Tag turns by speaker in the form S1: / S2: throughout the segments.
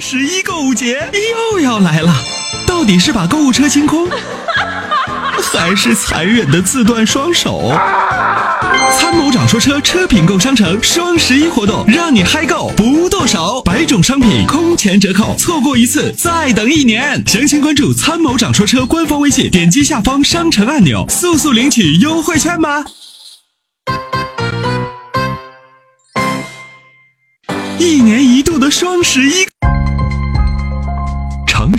S1: 十一购物节又要来了，到底是把购物车清空， 还是残忍的自断双手？参谋长说车车品购商城双十一活动，让你嗨购不剁手，百种商品空前折扣，错过一次再等一年。详情关注参谋长说车官方微信，点击下方商城按钮，速速领取优惠券吧。一年一度的双十一，长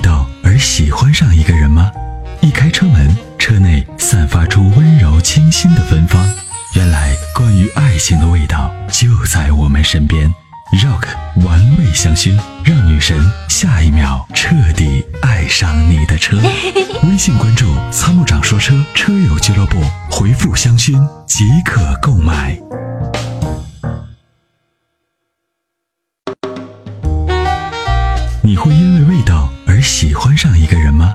S1: 道而喜欢上一个人吗？一开车门，车内散发出温柔清新的芬芳。原来，关于爱情的味道就在我们身边。Rock 玩味香薰，让女神下一秒彻底爱上你的车。微信关注“参谋长说车”车友俱乐部，回复“香薰”即可购买。你会因为味道而喜欢上一个人吗？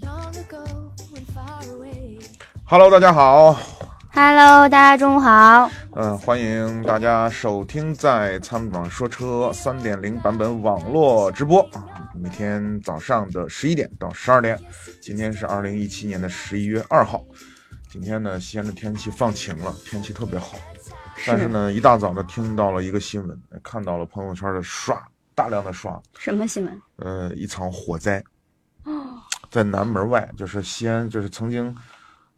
S2: Long ago and far away.
S3: Hello，大家好，
S4: Hello，大家中午好。
S3: 嗯，欢迎大家收听在参谋长说车三点零版本网络直播，啊每天早上的十一点到十二点。今天是二零一七年的十一月二号，今天呢，西安的天气放晴了，天气特别好。但是呢，一大早呢，听到了一个新闻，哎看到了朋友圈的刷，大量的刷，
S4: 什么新闻？
S3: 呃，一场火灾，在南门外，就是西安，就是曾经，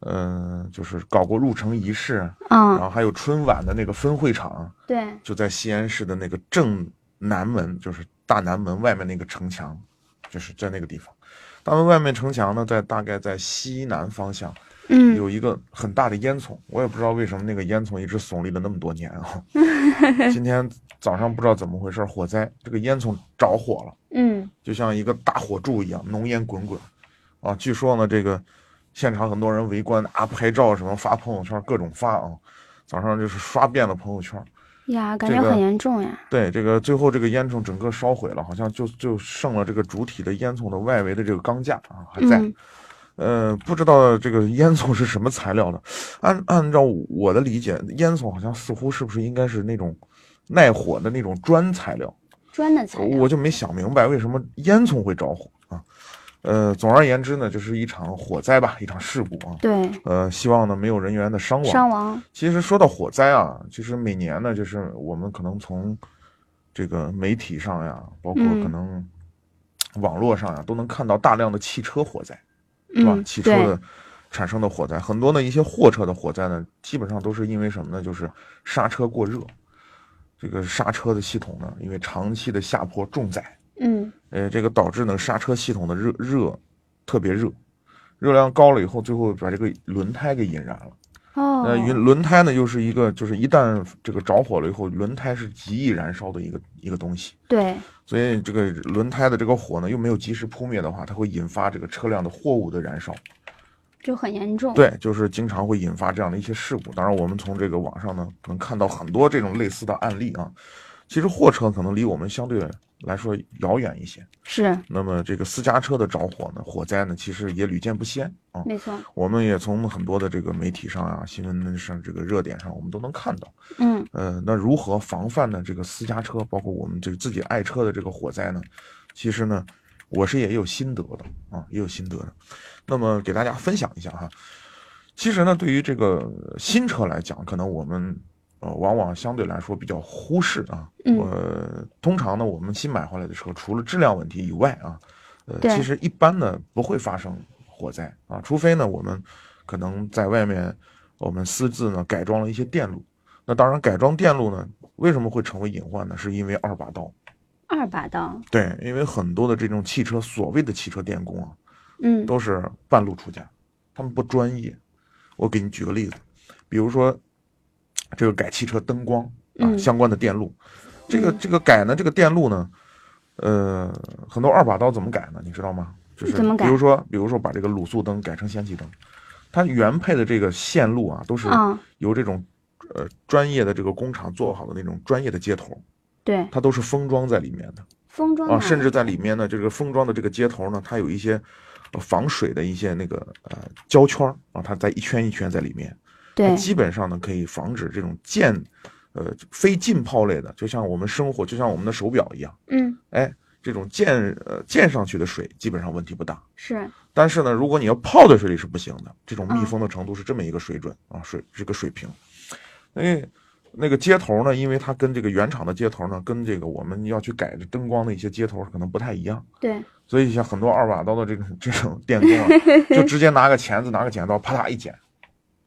S3: 呃，就是搞过入城仪式，然
S4: 嗯，
S3: 后还有春晚的那个分会场，
S4: 对，
S3: 就在西安市的那个正南门，就是大南门外面那个城墙，就是在那个地方。大门外面城墙呢，在大概在西南方向
S4: 嗯，
S3: 有一个很大的烟囱，我也不知道为什么那个烟囱一直耸立了那么多年啊。 今天早上不知道怎么回事，火灾，这个烟囱着火了。
S4: 嗯，
S3: 就像一个大火柱一样，浓烟滚滚。啊，据说呢，这个现场很多人围观啊，拍照什么，发朋友圈，各种发啊。早上就是刷遍了朋友圈。
S4: 呀，感
S3: 这
S4: 觉
S3: 个
S4: 很严重呀。
S3: 对，这个最后这个烟囱整个烧毁了，好像就就剩了这个主体的烟囱的外围的这个钢架啊还在。
S4: 嗯，
S3: 呃，不知道这个烟囱是什么材料的。按按照我的理解，烟囱好像似乎是不是应该是那种耐火的那种砖材料。
S4: 砖的材料。
S3: 我就没想明白为什么烟囱会着火啊。呃，总而言之呢，就是一场火灾吧，一场事故啊。
S4: 对，
S3: 呃，希望呢没有人员的伤亡。
S4: 伤亡。
S3: 其实说到火灾啊，其实每年呢，就是我们可能从这个媒体上呀，包括
S4: 嗯
S3: 可能网络上呀，都能看到大量的汽车火灾，是吧？
S4: 嗯，
S3: 汽车
S4: 对
S3: 的，产生的火灾，很多的一些货车的火灾呢，基本上都是因为什么呢？就是刹车过热，这个刹车的系统呢，因为长期的下坡重载，
S4: 嗯，
S3: 呃，这个导致呢刹车系统的热热特别热，热量高了以后，最后把这个轮胎给引燃了。
S4: 哦
S3: 那云轮胎呢，又是一个就是一旦这个着火了以后，轮胎是极易燃烧的一个一个东西，
S4: 对，
S3: 所以这个轮胎的这个火呢，又没有及时扑灭的话，它会引发这个车辆的货物的燃烧。
S4: 就很严重。，
S3: 对，就是经常会引发这样的一些事故。当然，我们从这个网上呢能看到很多这种类似的案例啊。其实货车可能离我们相对来说遥远一些，
S4: 是
S3: 那么这个私家车的着火呢，火灾呢，其实也屡见不鲜啊。
S4: 没错。
S3: 我们也从很多的这个媒体上啊、新闻上、这个热点上，我们都能看到。
S4: 嗯，
S3: 呃，那如何防范呢？这个私家车，包括我们这个自己爱车的这个火灾呢？其实呢，我是也有心得的啊，也有心得的。那么给大家分享一下哈。其实呢，对于这个新车来讲，可能我们呃往往相对来说比较忽视啊。
S4: 嗯
S3: 呃，通常呢，我们新买回来的车，除了质量问题以外啊，呃，
S4: 对
S3: 其实一般呢不会发生火灾啊，除非呢我们可能在外面我们私自呢改装了一些电路。那当然，改装电路呢，为什么会成为隐患呢？是因为二把刀。
S4: 二把刀。
S3: 对，因为很多的这种汽车所谓的汽车电工啊，
S4: 嗯，
S3: 都是半路出家，他们不专业。我给你举个例子，比如说这个改汽车灯光啊
S4: 嗯
S3: 相关的电路，这个这个改呢，这个电路呢，呃，很多二把刀怎么改呢？你知道吗？就是
S4: 怎么
S3: 比
S4: 改
S3: 如说，比如说把这个卤素灯改成氙气灯，它原配的这个线路啊，都是
S4: 啊，
S3: 由这种呃专业的这个工厂做好的那种专业的接头，
S4: 对，
S3: 它都是封装在里面的。
S4: 封装
S3: 啊，
S4: 的
S3: 甚至在里面呢，这个封装的这个接头呢，它有一些呃防水的一些那个呃胶圈儿啊，它在一圈一圈在里面，它
S4: 对，
S3: 基本上呢可以防止这种溅，呃非浸泡类的，就像我们生活，就像我们的手表一样，
S4: 嗯，
S3: 哎，这种溅呃溅上去的水基本上问题不大。
S4: 是
S3: 但是呢，如果你要泡在水里是不行的，这种密
S4: 嗯
S3: 封的程度是这么一个水准啊，水这个水平。那那个接头呢，因为它跟这个原厂的接头呢，跟这个我们要去改的灯光的一些接头可能不太一样，
S4: 对，
S3: 所以像很多二把刀的这种这种电工啊，就直接拿个钳子拿个剪刀啪嗒一剪，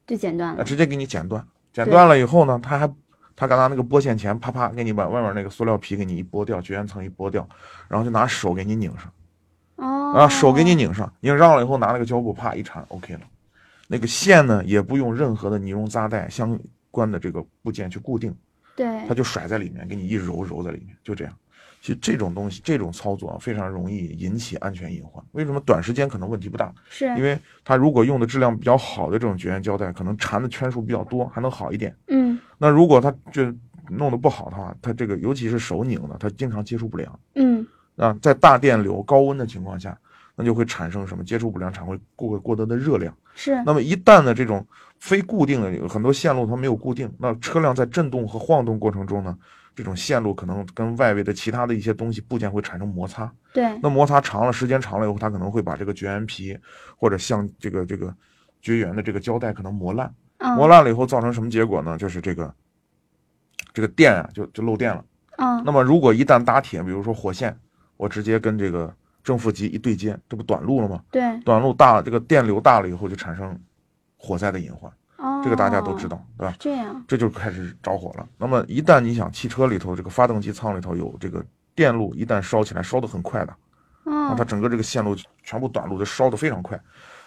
S4: 就剪断
S3: 啊
S4: 了。
S3: 直接给你剪断，剪
S4: 对
S3: 断了以后呢，他还他刚拿那个拨线钳啪啪给你把外面那个塑料皮给你一剥掉，绝缘层一剥掉，然后就拿手给你拧上。
S4: 哦，
S3: 啊，手给你。拧上，拧上了以后拿那个胶布啪一缠，OK 了。那个线呢也不用任何的尼龙扎带相关的这个部件去固定，
S4: 对
S3: 它，就甩在里面，给你一揉揉在里面，就这样。其实这种东西，这种操作啊，非常容易引起安全隐患。为什么短时间可能问题不大？
S4: 是，
S3: 因为它如果用的质量比较好的这种绝缘胶带，可能缠的圈数比较多，还能好一点。
S4: 嗯
S3: 那如果它就弄得不好的话，它这个尤其是手拧的，它经常接触不良。
S4: 嗯，
S3: 啊，在大电流、高温的情况下，那就会产生什么接触不良，产生过过多的热量。
S4: 是
S3: 那么一旦呢，这种非固定的有很多线路它没有固定，那车辆在震动和晃动过程中呢，这种线路可能跟外围的其他的一些东西部件会产生摩擦。
S4: 对，
S3: 那摩擦长了，时间长了以后，它可能会把这个绝缘皮或者像这个这个绝缘的这个胶带可能磨烂。磨
S4: 嗯
S3: 烂了以后造成什么结果呢？就是这个这个电啊，就就漏电了。
S4: 嗯，
S3: 那么如果一旦搭铁，比如说火线，我直接跟这个正负极一对接，这不短路了吗？
S4: 对，
S3: 短路大了，这个电流大了以后就产生火灾的隐患，
S4: 哦，
S3: 这个大家都知。道，对吧？
S4: 这样，
S3: 这就开始着火了。那么一旦你想汽车里头这个发动机舱里头有这个电路，一旦烧起来，烧得很快的，啊，它
S4: 哦，
S3: 整个这个线路全部短路，就烧得非常快。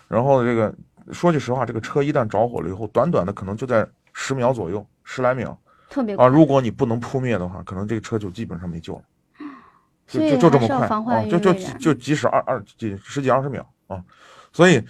S3: 然后这个说句实话，这个车一旦着火了以后，短短的可能就在十秒左右，十来秒
S4: 特别
S3: 啊，
S4: 快，
S3: 如果你不能扑灭的话，可能这个车就基本上没救了。就
S4: 所以
S3: 就就这
S4: 还
S3: 么
S4: 是要
S3: 快
S4: 防
S3: 啊，
S4: 患于
S3: 就就
S4: 未
S3: 几
S4: 然
S3: 就即使二二几十几二十秒啊，所以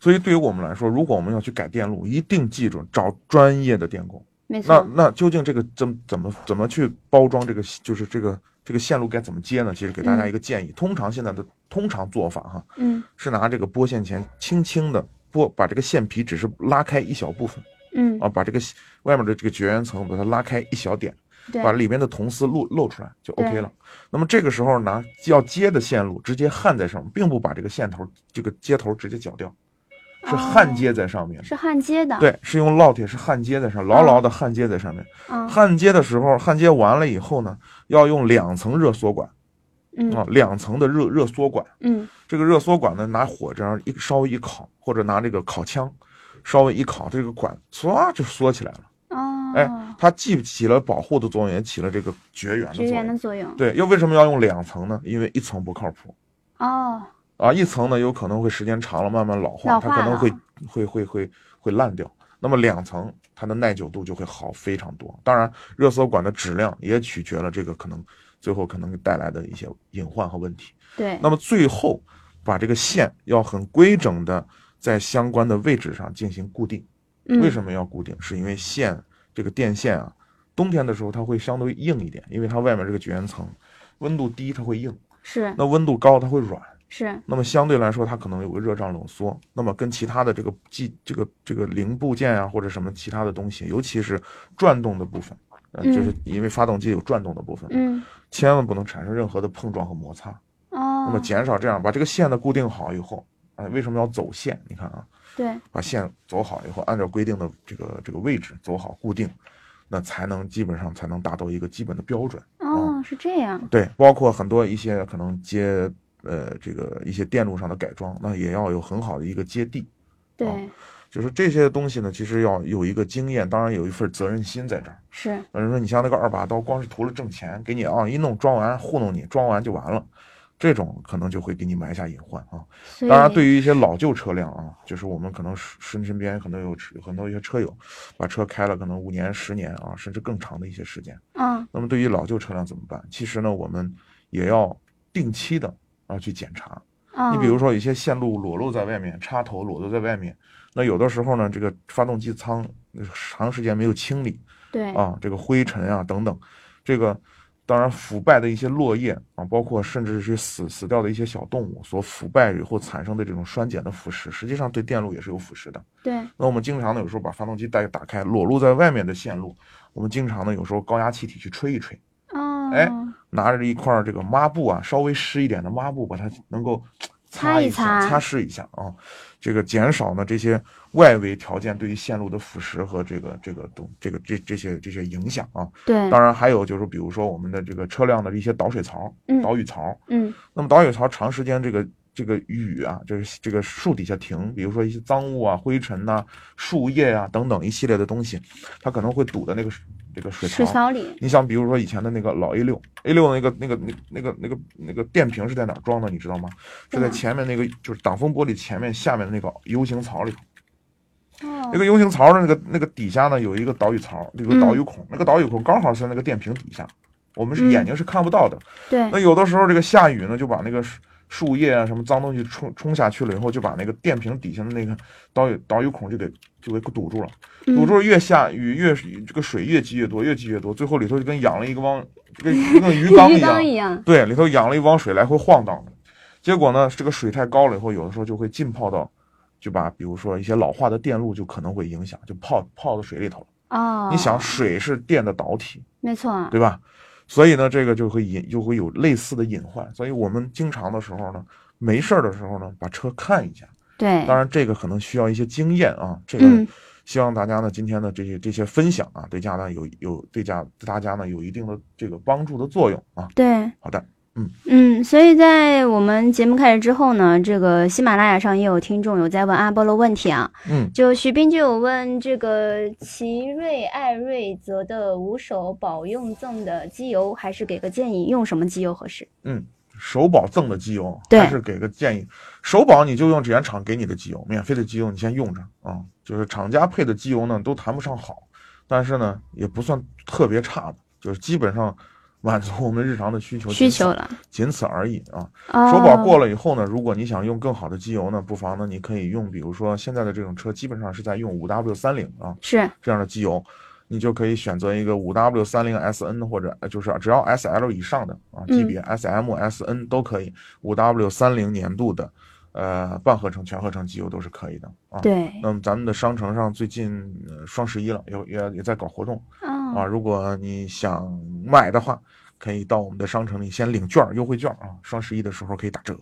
S3: 所以对于我们来说，如果我们要去改电路，一定记住找专业的电工。
S4: 没错
S3: 那，那究竟这个怎怎么怎么去包装这个就是这个这个线路该怎么接呢？其实给大家
S4: 嗯
S3: 一个建议，通常现在的通常做法哈
S4: 嗯
S3: 是拿这个拨线钳轻轻的拨，把这个线皮只是拉开一小部分
S4: 嗯，
S3: 啊，把这个外面的这个绝缘层把它拉开一小点。
S4: 对
S3: 把，里面的铜丝露露出来就
S4: 对
S3: OK 了。那么这个时候拿要接的线路直接焊在上面，并不把这个线头这个接头直接绞掉，是焊接在上面的。
S4: 哦是焊哦接的，，
S3: 对，是用烙铁是焊接在上，牢牢的焊接在上面。
S4: 嗯
S3: 焊接的时候，焊接完了以后呢，要用两层热缩管啊
S4: 嗯，
S3: 两层的热热缩管。
S4: 嗯，
S3: 这个热缩管呢，拿火这样一稍微一烤，或者拿这个烤枪稍微一烤，这个管唰就缩起来了。
S4: 哦，
S3: 哎，它既起了保护的作用，也起了这个绝缘的作
S4: 绝
S3: 用
S4: 缘。的作用，
S3: 对，又为什么要用两层呢？因为一层不靠谱，
S4: 哦，
S3: 啊，一层呢有可能会时间长了慢慢老化，
S4: 老
S3: 它
S4: 化
S3: 可能
S4: 了
S3: 会会会会会烂掉。那么两层它的耐久度就会好非常多。当然，热缩管的质量也取决了这个可能最后可能带来的一些隐患和问题。
S4: 对
S3: 那么最后把这个线要很规整的在相关的位置上进行固定。为
S4: 么？
S3: 什么要固定？是因为线这个电线啊，冬天的时候它会相对硬一点，因为它外面这个绝缘层温度低它会硬，
S4: 是
S3: 那温度高它会软。
S4: 是，
S3: 那么相对来说，它可能有个热胀冷缩。那么跟其他的这个机、这个这个零部件啊，或者什么其他的东西，尤其是转动的部分，呃，
S4: 嗯
S3: 就是因为发动机有转动的部分，
S4: 嗯
S3: 千万不能产生任何的碰撞和摩擦。那么
S4: 哦，
S3: 减少这样，把这个线呢固定好以后，哎、为什么要走线？你看啊，
S4: 对，
S3: 把线走好以后，按照规定的这个这个位置走好固定，那才能基本上才能达到一个基本的标准。
S4: 哦，是这样，
S3: 对，包括很多一些可能接呃这个一些电路上的改装，那也要有很好的一个接地。
S4: 对，
S3: 就是这些东西呢，其实要有一个经验，当然有一份责任心在这儿。
S4: 是，
S3: 有人说你像那个二把刀，光是图了挣钱，给你啊一弄装完糊弄你，装完就完了，这种可能就会给你埋下隐患啊。
S4: 所以
S3: 当然，对于一些老旧车辆啊，就是我们可能身身边可能有车有很多一些车友，把车开了可能五年、十年啊，甚至更长的一些时间。
S4: 嗯
S3: 那么对于老旧车辆怎么办？其实呢，我们也要定期的啊去检查。
S4: 嗯，
S3: 你比如说，有些线路裸露在外面，插头裸露在外面，那有的时候呢，这个发动机舱呃长时间没有清理
S4: 对，
S3: 啊，这个灰尘啊等等，这个当然腐败的一些落叶啊，包括甚至是死死掉的一些小动物所腐败以后产生的这种酸碱的腐蚀，实际上对电路也是有腐蚀的。
S4: 对，
S3: 那我们经常呢，有时候把发动机带打开，裸露在外面的线路，我们经常呢，有时候高压气体去吹一吹，
S4: 哦，
S3: 哎拿着一块儿这个抹布啊，稍微湿一点的抹布，把它能够
S4: 擦一
S3: 一下、
S4: 擦
S3: 擦拭一下啊，这个减少呢这些外围条件对于线路的腐蚀和这个这个东这个这这些这些影响啊。
S4: 对，
S3: 当然还有就是，比如说我们的这个车辆的一些导水槽、
S4: 嗯
S3: 导雨槽，
S4: 嗯，
S3: 那么导雨槽长时间这个这个雨啊，就是这个树底下停，比如说一些脏物啊、灰尘呐、树叶啊等等一系列的东西，它可能会堵在那个水这个水
S4: 水
S3: 槽。啊
S4: 槽里，
S3: 你想，比如说以前的那个老 A 六，A 六那个那个那那个那个那个电瓶是在哪儿装的，你知道吗？是在
S4: 嗯
S3: 前面那个就是挡风玻璃前面下面的那个 U 型槽里头。
S4: 嗯哦
S3: 那，个 U 型槽的那个那个底下呢，有一个导雨槽，有个导雨孔，那个导雨孔刚好是在那个电瓶底下，我们是
S4: 嗯
S3: 眼睛是看不到的。
S4: 对
S3: 那，有的时候这个下雨呢，就把那个树树叶啊什么脏东西冲冲下去了以后，就把那个电瓶底下的那个导雨导雨孔就给就给堵住了。堵
S4: 嗯
S3: 住了越下雨越这个水越积越多，越积越多，最后里头就跟养了一个汪这个 就跟鱼缸
S4: 浴
S3: 一
S4: 缸
S3: 样，
S4: 一样，
S3: 对，里头养了一汪水来回晃荡的。结果呢，这个水太高了以后，有的时候就会浸泡到，就把比如说一些老化的电路就可能会影响，就泡泡到水里头了。
S4: 哦，
S3: 你想，，水是电的导体，
S4: 没错，
S3: 对吧？所以呢，这个就会引就会有类似的隐患。所以我们经常的时候呢，没事儿的时候呢，把车看一下。
S4: 对，
S3: 当然，这个可能需要一些经验啊，这个
S4: 嗯
S3: 希望大家呢今天的这些这些分享啊，对家呢有有对家对大家呢有一定的这个帮助的作用啊。
S4: 对。
S3: 好的，
S4: 嗯，所以在我们节目开始之后呢，这个喜马拉雅上也有听众有在问阿波罗问题啊，
S3: 嗯，
S4: 就徐斌就有问这个奇瑞艾瑞泽的五手保用赠的机油，还是给个建议，用什么机油合适？
S3: 首保赠的机油
S4: 对
S3: 还是给个建议，首保你就用指甲厂给你的机油，免费的机油你先用着啊。就是厂家配的机油呢，都谈不上好，但是呢也不算特别差的，就是基本上满足我们日常的需求，
S4: 需
S3: 仅此
S4: 求了，
S3: 仅此而已啊。
S4: 哦，
S3: 首保过了以后呢，如果你想用更好的机油呢，不妨呢，你可以用，比如说现在的这种车基本上是在用 5W 三零啊
S4: 是，
S3: 这样的机油，你就可以选择一个 5W 三零 SN 或者呃就是只要 SL 以上的啊级别、SM、SN 都可以，5W 三零年度的呃半合成、全合成机油都是可以的啊。
S4: 对，哦
S3: 那么咱们的商城上最近呃双十一了，也也也在搞活动啊，
S4: 哦，
S3: 如果你想买的话。可以到我们的商城里先领券儿，优惠券儿啊！双十一的时候可以打折。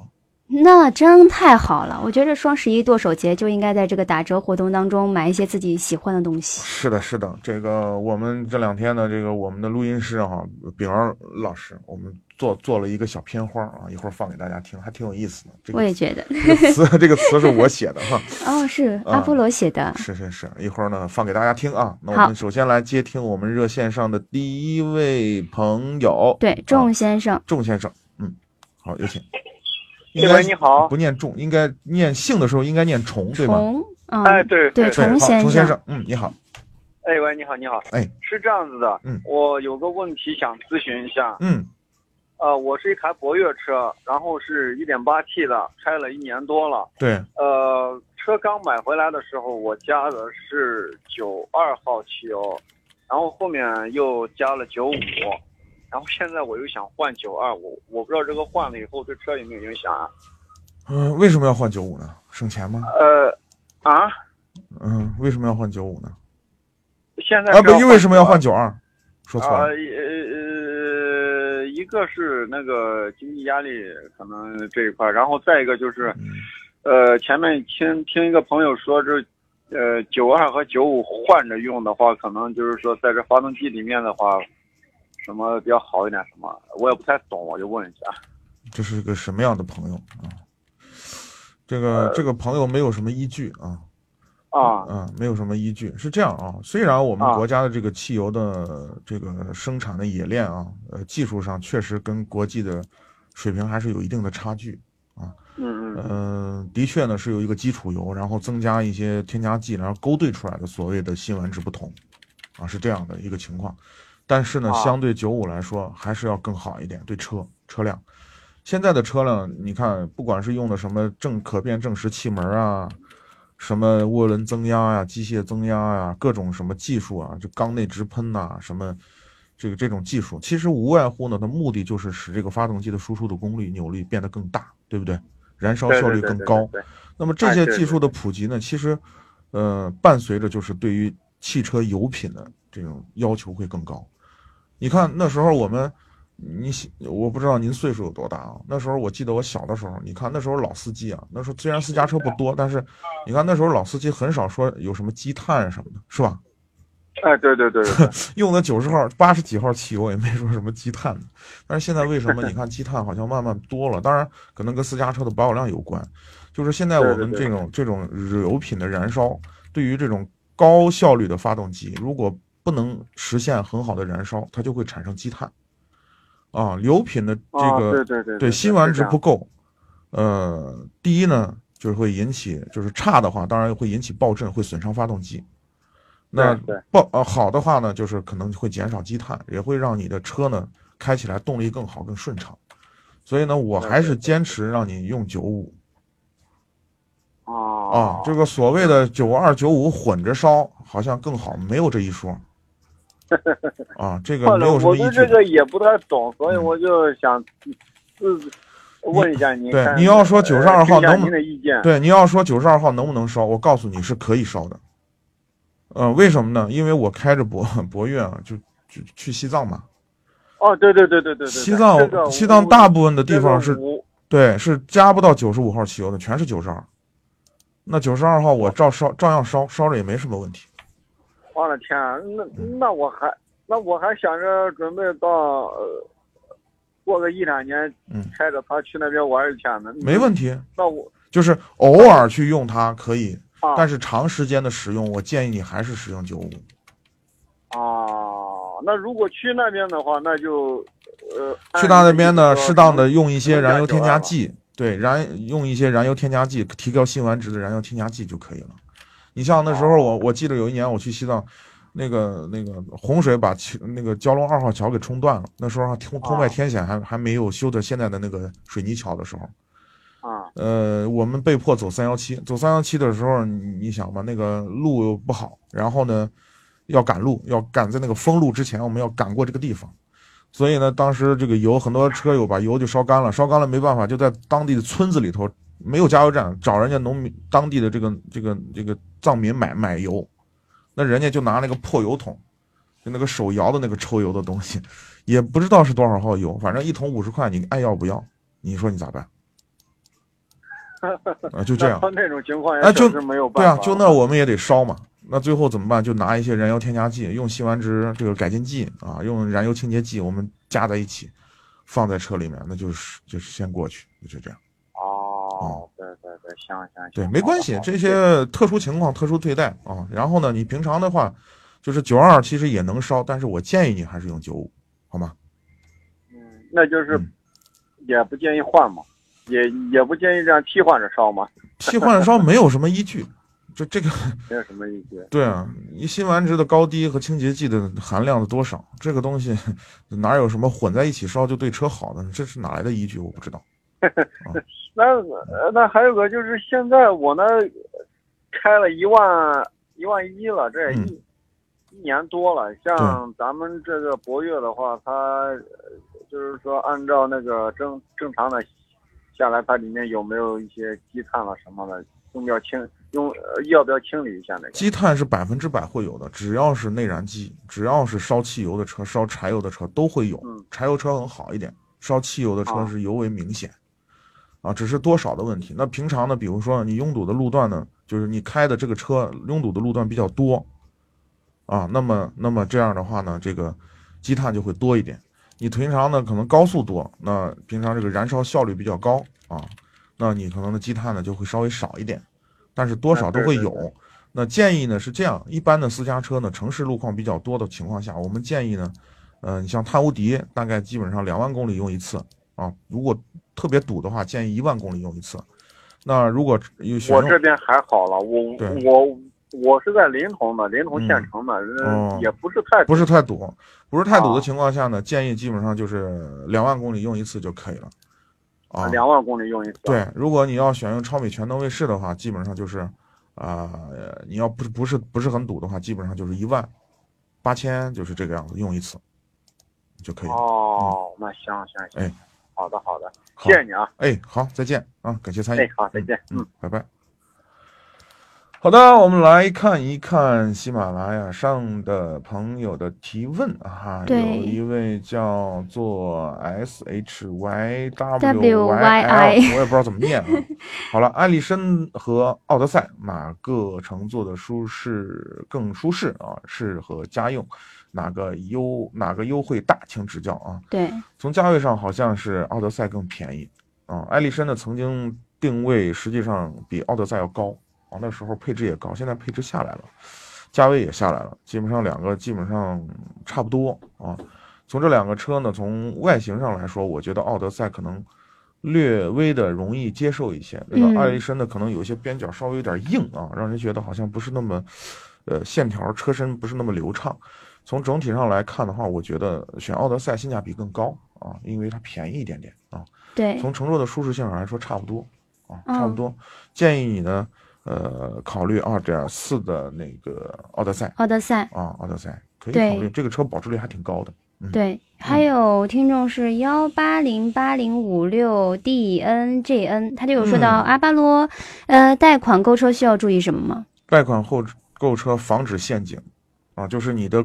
S4: 那真太好了，我觉得双十一剁手节就应该在这个打折活动当中买一些自己喜欢的东西。
S3: 是的，是的，这个我们这两天呢，这个我们的录音师哈、饼儿老师，我们做做了一个小片花啊，一会儿放给大家听，还挺有意思的。这
S4: 我
S3: 个
S4: 也觉得，
S3: 这个词，这个词是我写的哈，
S4: 哦，是
S3: 啊
S4: 阿波罗写的，
S3: 是是是，一会儿呢放给大家听啊。那我
S4: 好
S3: 们首先来接听我们热线上的第一位朋友，啊
S4: 对，仲先生，
S3: 仲先生，嗯，好，有请。应该
S5: 谢文你好
S3: 不念重，应该念姓的时候应该念重，对吗？
S4: 虫啊，
S5: 哎，对
S4: 对
S3: 对，
S4: 重
S3: 好，
S4: 先
S3: 重先
S4: 生
S3: 生，嗯，你好，
S5: 哎喂，你好，你好，
S3: 哎，
S5: 是这样子的，
S3: 嗯
S5: 我有个问题想咨询一下，
S3: 嗯
S5: 呃，我是一台博越车，然后是一点八 T 的，开了一年多了，
S3: 对，
S5: 呃，车刚买回来的时候，我加的是九二号汽油，然后后面又加了九五，然后现在我又想换九二，我我不知道这个换了以后对车有没有影响啊？
S3: 嗯，为什么要换九五呢？省钱吗？
S5: 呃，啊，
S3: 嗯，为什么要换九五呢？
S5: 现在
S3: 啊，不，因为什么要
S5: 换？
S3: 换九二？说错
S5: 啊，
S3: 了，
S5: 呃呃，一个是那个经济压力可能这一块儿，然后再一个就是，
S3: 嗯
S5: 呃，前面听听一个朋友说，这呃九二和九五换着用的话，可能就是说在这发动机里面的话，什么比较好一点，什么我也不太懂，我就问一下。
S3: 这是个什么样的朋友啊？这个这个朋友没有什么依据啊，
S5: 啊，
S3: 嗯，没有什么依据。是这样啊，虽然我们
S5: 啊
S3: 国家的这个汽油的这个生产的冶炼啊，呃，技术上确实跟国际的水平还是有一定的差距。
S5: 嗯嗯
S3: 嗯，的确呢是有一个基础油，然后增加一些添加剂，然后勾兑出来的所谓的辛烷值不同，啊，是这样的一个情况。但是呢，
S5: 啊
S3: 相对九五来说还是要更好一点，对车车辆。现在的车辆，你看，不管是用的什么正可变正时气门啊，什么涡轮增压呀、机械增压呀、各种什么技术啊，就缸内直喷呐、什么这个这种技术，其实无外乎呢，它目的就是使这个发动机的输出的功率、扭力变得更大，对不对？燃烧
S5: 对
S3: 效
S5: 对
S3: 率
S5: 对
S3: 更
S5: 对
S3: 高。
S5: 对
S3: 那么这
S5: 哎
S3: 些
S5: 对
S3: 技
S5: 对
S3: 术的普及呢，其实，呃，伴随着就是对于汽车油品的这种要求会更高。你看那时候我们，你喜我不知道您岁数有多大啊？那时候我记得我小的时候，你看那时候老司机啊，那时候虽然私家车不多，但是你看那时候老司机很少说有什么积碳什么的，是吧？
S5: 哎，对对对 对，对
S3: 用的九十号、八十几号汽油也没说什么积碳的，但是现在为什么你看积碳好像慢慢多了？当然可能跟私家车的保有量有关，就是现在
S5: 对
S3: 我
S5: 对
S3: 们
S5: 对
S3: 这种这种油品的燃烧，对于这种高效率的发动机，如果不能实现很好的燃烧，它就会产生积碳。啊，油品的这
S5: 啊
S3: 个、
S5: 对对对
S3: 对
S5: 对，
S3: 辛烷
S5: 是这
S3: 值
S5: 样
S3: 不够，呃，第一呢，就是会引起，就是差的话，当然会引起爆震，会损伤发动机。那
S5: 对对
S3: 爆呃好的话呢，就是可能会减少积碳，也会让你的车呢开起来动力更好、更顺畅。所以呢，我
S5: 对
S3: 还
S5: 对
S3: 是坚持让你用九五啊
S5: 啊，，
S3: 这个所谓的九二九五混着烧好像更好，没有这一 说。啊，这个
S5: 换
S3: 没
S5: 了，
S3: 有什么
S5: 我
S3: 依据
S5: 对
S3: 的。
S5: 这个也不太懂，所以
S3: 嗯
S5: 我就想自问一下您
S3: 对
S5: 看。
S3: 你要说92号
S5: 呃听一下
S3: 能不
S5: 您的意见？
S3: 对，你要说九十二号能不能烧，我告诉你是可以烧的。呃，为什么呢？因为我开着博 博越啊，就就去西藏嘛。
S5: 哦，对对对对对对，
S3: 西藏、
S5: 这个
S3: 西
S5: 我
S3: 藏大部分的地方
S5: 这
S3: 是
S5: 个我
S3: 对，是加不到九十五号汽油的，全是九十二。那九十二号我照烧，照样烧，烧着也没什么问题。
S5: 我的天啊，那
S3: 嗯
S5: 那我还那我还想着准备到呃过个一两年
S3: 嗯，
S5: 开着它去那边玩一下呢。
S3: 没问题，
S5: 那我
S3: 就是偶尔去用它可以，
S5: 啊，
S3: 但
S5: 是
S3: 是长时间的使用，我建议你还是使用九五。
S5: 啊，那如果去那边的话，那就呃
S3: 去到那边呢，
S5: 按您的意思说
S3: 适当的用一些
S5: 能
S3: 燃油
S5: 加九
S3: 添
S5: 二
S3: 加
S5: 吧
S3: 剂，对，燃用一些燃油添加剂，提高辛烷值的燃油添加剂就可以了。你像那时候我我记得有一年我去西藏，那个那个洪水把其那个蛟龙二号桥给冲断了，那时候还通通外
S5: 哦
S3: 天险还还没有修的现在的那个水泥桥的时候，
S5: 啊
S3: 呃，我们被迫走三幺七，走三幺七的时候，你你想吧，那个路又不好，然后呢，要赶路，要赶在那个封路之前，我们要赶过这个地方，所以呢，当时这个油很多车友把油就烧干了，烧干了没办法，就在当地的村子里头没有加油站，找人家农民当地的这个这个这个藏民买买油，那人家就拿那个破油桶，就那个手摇的那个抽油的东西，也不知道是多少号油，反正一桶五十块，你爱要不要？你说你咋办？啊，就这样
S5: 那。他那种情况
S3: 哎
S5: 也
S3: 就
S5: 确实没有
S3: 对
S5: 办
S3: 啊
S5: 法，，
S3: 就那我们也得烧嘛。那最后怎么办？就拿一些燃油添加剂，用辛烷值这个改进剂啊，用燃油清洁剂，我们加在一起，放在车里面，那就是就是先过去，就这样。
S5: 哦，对对对，行行行，
S3: 嗯对，没关系
S5: 好，的
S3: 这些特殊情况特殊对待啊。然后呢，你平常的话，就是九二其实也能烧，但是我建议你还是用九五，好吗？
S5: 嗯，那就是
S3: 嗯
S5: 也不建议换嘛。也也不建议这样替换着烧嘛，
S3: 替换烧没有什么依据，就这个
S5: 没有什么意见。
S3: 对啊，你新丸子的高低和清洁剂的含量的多少，这个东西哪有什么混在一起烧就对车好的？这是哪来的依据？我不知道。
S5: 那呃那还有个就是现在我呢，开了一万一万一了，这
S3: 嗯
S5: 也一、一年多了。像咱们这个博越的话，它呃就是说按照那个正正常的下来，它里面有没有一些积碳了什么的，用不要清用呃要不要清理一下那个？
S3: 积碳是百分之百会有的，只要是内燃机，只要是烧汽油的车、烧柴油的车都会有
S5: 嗯。
S3: 柴油车很好一点，烧汽油的车
S5: 啊
S3: 是尤为明显，啊，只是多少的问题。那平常呢，比如说你拥堵的路段呢，就是你开的这个车拥堵的路段比较多，啊，那么那么这样的话呢，这个积碳就会多一点。你平常呢可能高速多，那平常这个燃烧效率比较高啊，那你可能的积碳呢就会稍微少一点，但是多少都会
S5: 啊对对
S3: 有。
S5: 对
S3: 那建议呢是这样，一般的私家车呢，城市路况比较多的情况下，我们建议呢，呃，你像探无敌，大概基本上两万公里用一次啊，如果特别堵的话，建议一万公里用一次。那如果有选
S5: 我
S3: 用
S5: 这边还好了，我
S3: 对
S5: 我我是在临潼的，临潼县城的，
S3: 哦
S5: 呃也不是太
S3: 不是太堵，不是太堵的
S5: 啊
S3: 情况下呢，建议基本上就是两万公里用一次就可以了。啊，
S5: 两万公里用一次。
S3: 对，如果你要选用超美全能卫士的话，基本上就是，啊、呃，你要不是不是不是很堵的话，基本上就是一万八千，就是这个样子，用一次就可以了。
S5: 哦，那行行行，
S3: 哎
S5: 好的好的，
S3: 好
S5: 谢谢你啊，
S3: 哎，好，再见啊，感谢参与。
S5: 哎好再见
S3: 嗯
S5: 嗯，
S3: 拜拜。好的，我们来看一看喜马拉雅上的朋友的提问啊，有
S4: 对
S3: 一位叫做 S H Y W
S4: W
S3: Y
S4: Y
S3: L，
S4: I
S3: 我也不知道怎么念啊。好了，艾丽绅和奥德赛哪个乘坐的舒适更舒适啊？适合家用，哪个优哪个优惠大，请指教啊。
S4: 对，
S3: 从价位上好像是奥德赛更便宜啊。艾力绅呢曾经定位实际上比奥德赛要高啊，那时候配置也高，现在配置下来了，价位也下来了，基本上两个基本上差不多啊。从这两个车呢，从外形上来说，我觉得奥德赛可能略微的容易接受一些，对吧？
S4: 嗯
S3: 艾力绅呢可能有一些边角稍微有点硬啊，让人觉得好像不是那么，呃，线条车身不是那么流畅。从整体上来看的话，我觉得选奥德赛性价比更高啊，因为它便宜一点点啊。
S4: 对，
S3: 从乘坐的舒适性上来说，差不多啊，
S4: 嗯
S3: 差不多。建议你呢，呃，考虑二点四的那个奥德赛
S4: 奥德赛。
S3: 啊，奥德赛可以
S4: 对
S3: 考虑，这个车保值率还挺高的。嗯
S4: 对，还有听众是幺八零八零五六 D N G N，他就有说到
S3: 嗯
S4: 阿巴罗，呃，贷款购车需要注意什么吗？
S3: 贷款后购车防止陷阱啊，就是你的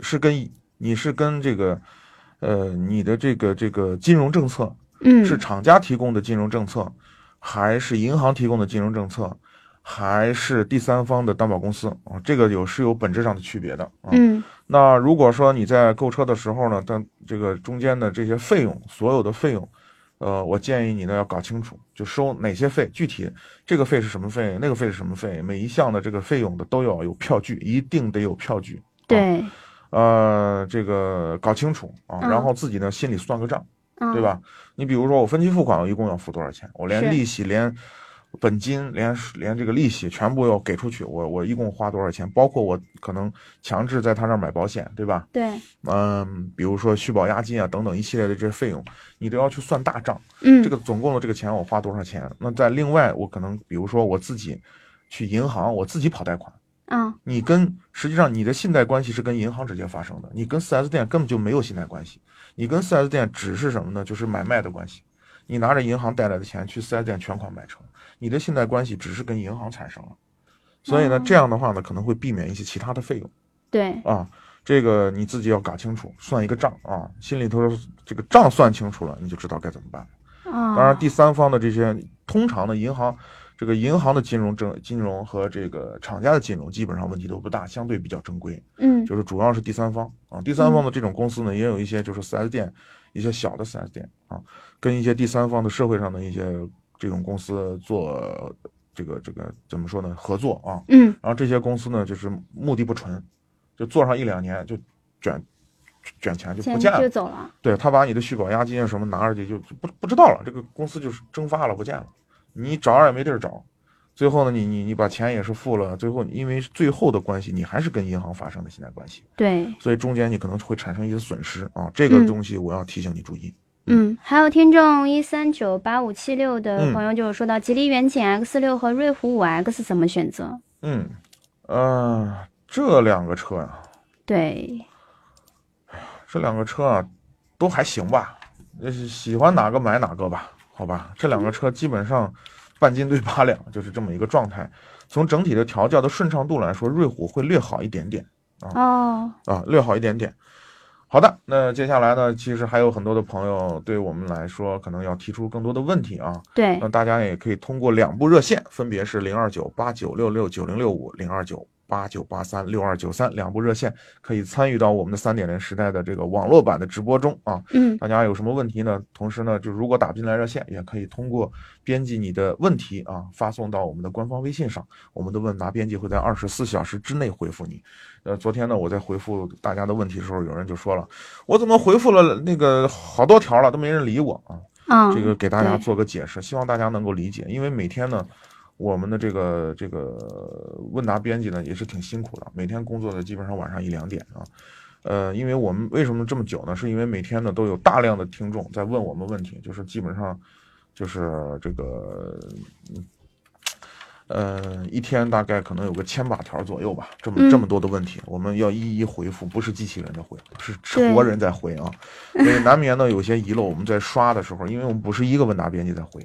S3: 是跟你是跟这个呃你的这个这个金融政策
S4: 嗯，
S3: 是厂家提供的金融政策，还是银行提供的金融政策，还是第三方的担保公司啊？这个有是有本质上的区别的啊。
S4: 嗯，
S3: 那如果说你在购车的时候呢，但这个中间的这些费用，所有的费用，呃，我建议你呢要搞清楚，就收哪些费，具体这个费是什么费，那个费是什么费，每一项的这个费用的都要有票据，一定得有票据。
S4: 对，
S3: 呃，这个搞清楚啊，
S4: 嗯
S3: 然后自己呢心里算个账，
S4: 嗯，
S3: 啊对？吧？你比如说我分期付款，我一共要付多少钱？我连
S4: 是
S3: 利息、连本金、连连这个利息全部要给出去，我我一共花多少钱？包括我可能强制在他那儿买保险，对吧？
S4: 对，
S3: 嗯，比如说续保押金啊等等一系列的这些费用，你都要去算大账。
S4: 嗯，
S3: 这个总共的这个钱我花多少钱？那在另外，我可能比如说我自己去银行，我自己跑贷款。
S4: 啊，
S3: 你跟实际上你的信贷关系是跟银行直接发生的，你跟 4S 店根本就没有信贷关系，你跟 4S 店只是什么呢？就是买卖的关系。你拿着银行带来的钱去 4S 店全款买车，你的信贷关系只是跟银行产生了。所以呢，这样的话呢，可能会避免一些其他的费用。
S4: 对，
S3: 啊，这个你自己要搞清楚，算一个账啊，心里头这个账算清楚了，你就知道该怎么办。
S4: 啊，
S3: 当然，第三方的这些通常的银行，这个银行的金融证、金融和这个厂家的金融基本上问题都不大，相对比较正规，
S4: 嗯，
S3: 就是主要是第三方啊，第三方的这种公司呢，也有一些就是 4S 店，一些小的 4S 店啊，跟一些第三方的社会上的一些这种公司做这个这个怎么说呢合作啊，
S4: 嗯，
S3: 然后这些公司呢，就是目的不纯，就做上一两年就卷这样钱就
S4: 钱
S3: 不见
S4: 就
S3: 了。
S4: 走了，
S3: 对他把你的续保押金啊什么拿着去就就不不知道了，这个公司就是蒸发了不见了，你找也没地儿找。最后呢，你你你把钱也是付了，最后因为最后的关系，你还是跟银行发生了信贷关系，
S4: 对，
S3: 所以中间你可能会产生一些损失啊。这个
S4: 嗯
S3: 东西我要提醒你注意。
S4: 嗯，还有听众一三九八五七六
S3: 嗯
S4: 的朋友就有说到，吉利远景 X 六和瑞虎五 X 怎么选择？
S3: 嗯，呃，这两个车呀、
S4: 对，
S3: 这两个车啊，都还行吧，呃喜欢哪个买哪个吧，好吧。这两个车基本上半斤对八两，就是这么一个状态。从整体的调教的顺畅度来说，瑞虎会略好一点点
S4: 哦，
S3: 啊，略好一点点。好的，那接下来呢，其实还有很多的朋友对我们来说，可能要提出更多的问题啊。
S4: 对
S3: 那，大家也可以通过两部热线，分别是零二九八九六六九零六五、零二九八九八三六二九三两部热线，可以参与到我们的三点零时代的这个网络版的直播中啊。
S4: 嗯，
S3: 大家有什么问题呢？同时呢，就如果打不进来热线，也可以通过编辑你的问题啊，发送到我们的官方微信上，我们的问答编辑会在二十四小时之内回复你。呃，昨天呢，我在回复大家的问题的时候，有人就说了，我怎么回复了那个好多条了，都没人理我啊。
S4: 啊，
S3: 这个给大家
S4: 对
S3: 做个解释，希望大家能够理解。因为每天呢，我们的这个这个问答编辑呢也是挺辛苦的，每天工作的基本上晚上一两点啊。呃，因为我们为什么这么久呢？是因为每天呢都有大量的听众在问我们问题，就是基本上就是这个。嗯呃，一天大概可能有个千把条左右吧，这么这么多的问题，我们要一一回复，不是机器人的回，是是
S4: 对
S3: 活人在回啊。所以难免呢有些遗漏。我们在刷的时候，因为我们不是一个问答编辑在回，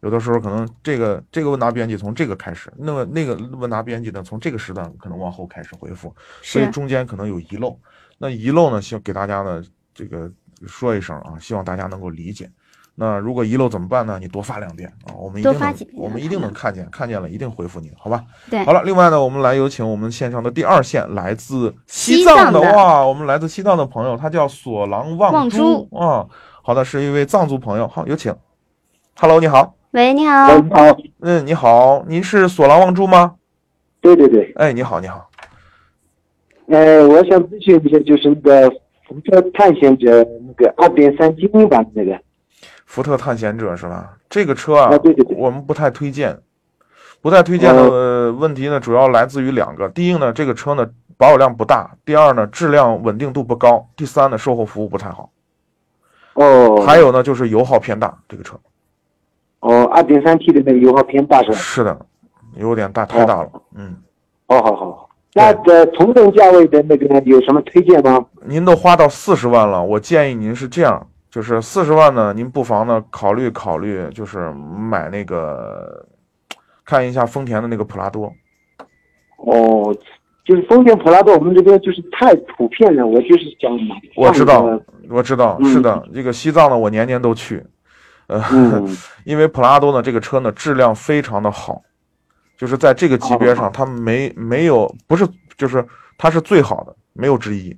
S3: 有的时候可能这个这个问答编辑从这个开始，那么那个问答编辑呢从这个时段可能往后开始回复，所以
S4: 是
S3: 中间可能有遗漏。那遗漏呢，希望给大家呢这个说一声啊，希望大家能够理解。那如果遗漏怎么办呢？你多发两遍啊，我们一定
S4: 多发
S3: 能
S4: 几，遍
S3: 我们一定能看见，看见了一定回复你，好吧？
S4: 对
S3: 好，了，另外呢，我们来有请我们线上的第二线，来自西
S4: 西
S3: 藏
S4: 藏
S3: 的
S4: 的
S3: 哇，啊我们来自西藏的朋友，他叫索朗旺
S4: 旺
S3: 珠啊。好的，是一位藏族朋友，好，有请。Hello，你好，
S4: 喂，你好，
S6: 嗯啊，
S3: 嗯，你好，您是索朗旺珠吗？
S6: 对对对，
S3: 哎，你好，你好，
S6: 呃，我想咨询一下，就是那个福特探险者那个二点三精英版的那个，
S3: 福特探险者是吧？这个车啊，
S6: 啊对对嗯对
S3: 我们不太推荐，不太推荐的、呃、问题呢，主要来自于两个，第一呢，这个车呢保有量不大；第二呢，质量稳定度不高；第三呢，售后服务不太好；
S6: 哦，
S3: 还有呢，就是油耗偏大，这个车。
S6: 哦，二点三 T 的那个油耗偏大是吧？
S3: 是的，有点大，太大了。嗯，
S6: 哦，好好好，那个同等价位的那个有什么推荐吗？
S3: 您都花到四十万了，我建议您是这样，就是四十万呢，您不妨呢考虑考虑，就是买那个，看一下丰田的那个普拉多。
S6: 哦，就是丰田普拉多，我们这边就是太普遍了，我就是想买。
S3: 我知
S6: 换一
S3: 道
S6: 个，
S3: 我知道，
S6: 嗯
S3: 是的，这个西藏呢，我年年都去，呃，
S6: 嗯
S3: 因为普拉多呢这个车呢质量非常的好，就是在这个级别上，它没没有不是就是它是最好的，没有之一。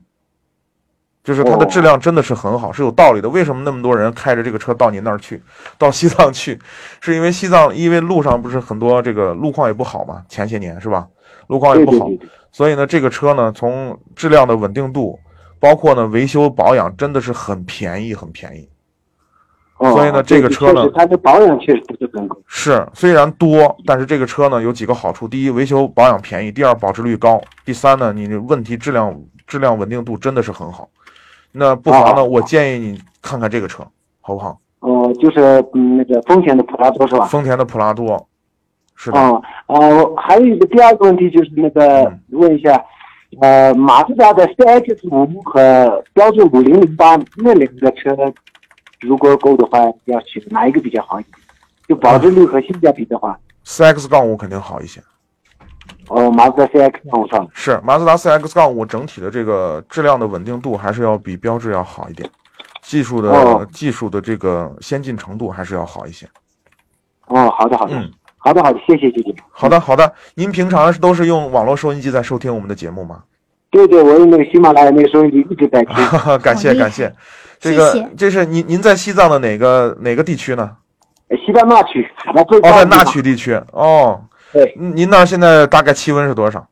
S3: 就是它的
S6: 哦
S3: 质量真的是很好，是有道理的。为什么那么多人开着这个车到你那儿去， 到西藏去？是因为西藏，因为路上不是很多这个路况也不好嘛，前些年是吧？路况也
S6: 嗯对
S3: 不
S6: 对
S3: 好
S6: 对，对，
S3: 所以呢，这个车呢，从质量的稳定度，包括呢维修保养，真的是很便宜，很便宜。
S6: 哦，
S3: 所以呢这个车呢
S6: 确实它的保养确实不是很高。
S3: 是，虽然多，但是这个车呢有几个好处：第一，维修保养便宜；第二，保值率高；第三呢，你问题质量质量稳定度真的是很好。那不妨呢，
S6: 哦
S3: 我建议你看看这个车，好不好？
S6: 哦，就是嗯那个丰田的普拉多是吧？
S3: 丰田的普拉多，是的，
S6: 哦，呃，还有一个第二个问题就是那个
S3: 嗯
S6: 问一下，呃，马自达的 CX 五和标致五零零八那两个车，如果购的话，要选哪一个比较好一点？就保值率和性价比的话，
S3: 4X 杠五肯定好一些。嗯
S6: 哦，马自达 CX 我上，
S3: 是马自达 4X 杠五整体的这个质量的稳定度还是要比标致要好一点，技术的、
S6: 哦
S3: 技术的这个先进程度还是要好一些。
S6: 哦，好的好的，
S3: 嗯
S6: 好的好的，谢谢谢谢。
S3: 好的，好的，您平常是都是用网络收音机在收听我们的节目吗？
S6: 对对，我用那个喜马拉雅那个收音机一直在听，
S3: 感谢
S4: 好厉害
S3: 感谢，这个
S4: 谢谢
S3: 这是您您在西藏的哪个哪个地区呢？
S6: 西班纳曲，那最
S3: 哦，在
S6: 高的
S3: 那
S6: 嘛
S3: 曲地区哦。
S6: 对
S3: 您您那儿现在大概气温是多少？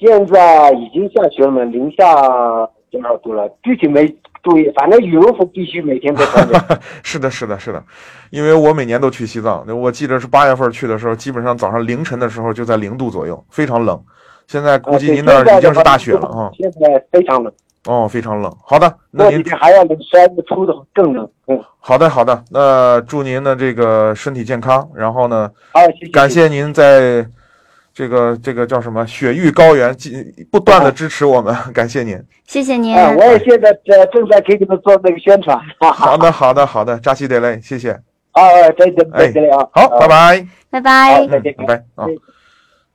S6: 现在已经下雪了嘛，零下多少度了，具体没注意，反正羽绒服必须每天都穿着。
S3: 是的，是的，是的，因为我每年都去西藏，我记得是八月份去的时候，基本上早上凌晨的时候就在零度左右，非常冷。现在估
S6: 啊
S3: 计
S6: 对
S3: 您那
S6: 现在
S3: 儿已经
S6: 的
S3: 是
S6: 话
S3: 大雪了啊、
S6: 现在非常冷，
S3: 哦，非常冷。好的，那
S6: 过几
S3: 您
S6: 天还要冷，十二月初的更冷。嗯，
S3: 好的好的，那祝您的这个身体健康，然后呢，
S6: 好，谢谢。
S3: 感谢您在这个这个叫什么雪域高原继不断的支持我们， 感谢您。
S4: 谢谢您，
S6: 啊，我也现在呃正在给你们做那个宣传，哈哈。
S3: 好的好的好的，扎西德勒，谢谢。
S6: 啊，啊再见，
S3: 哎
S6: 再见了啊。
S3: 好，
S6: 啊
S3: 拜拜，
S4: 拜拜
S6: 好。再见
S3: 拜拜啊
S6: 嗯，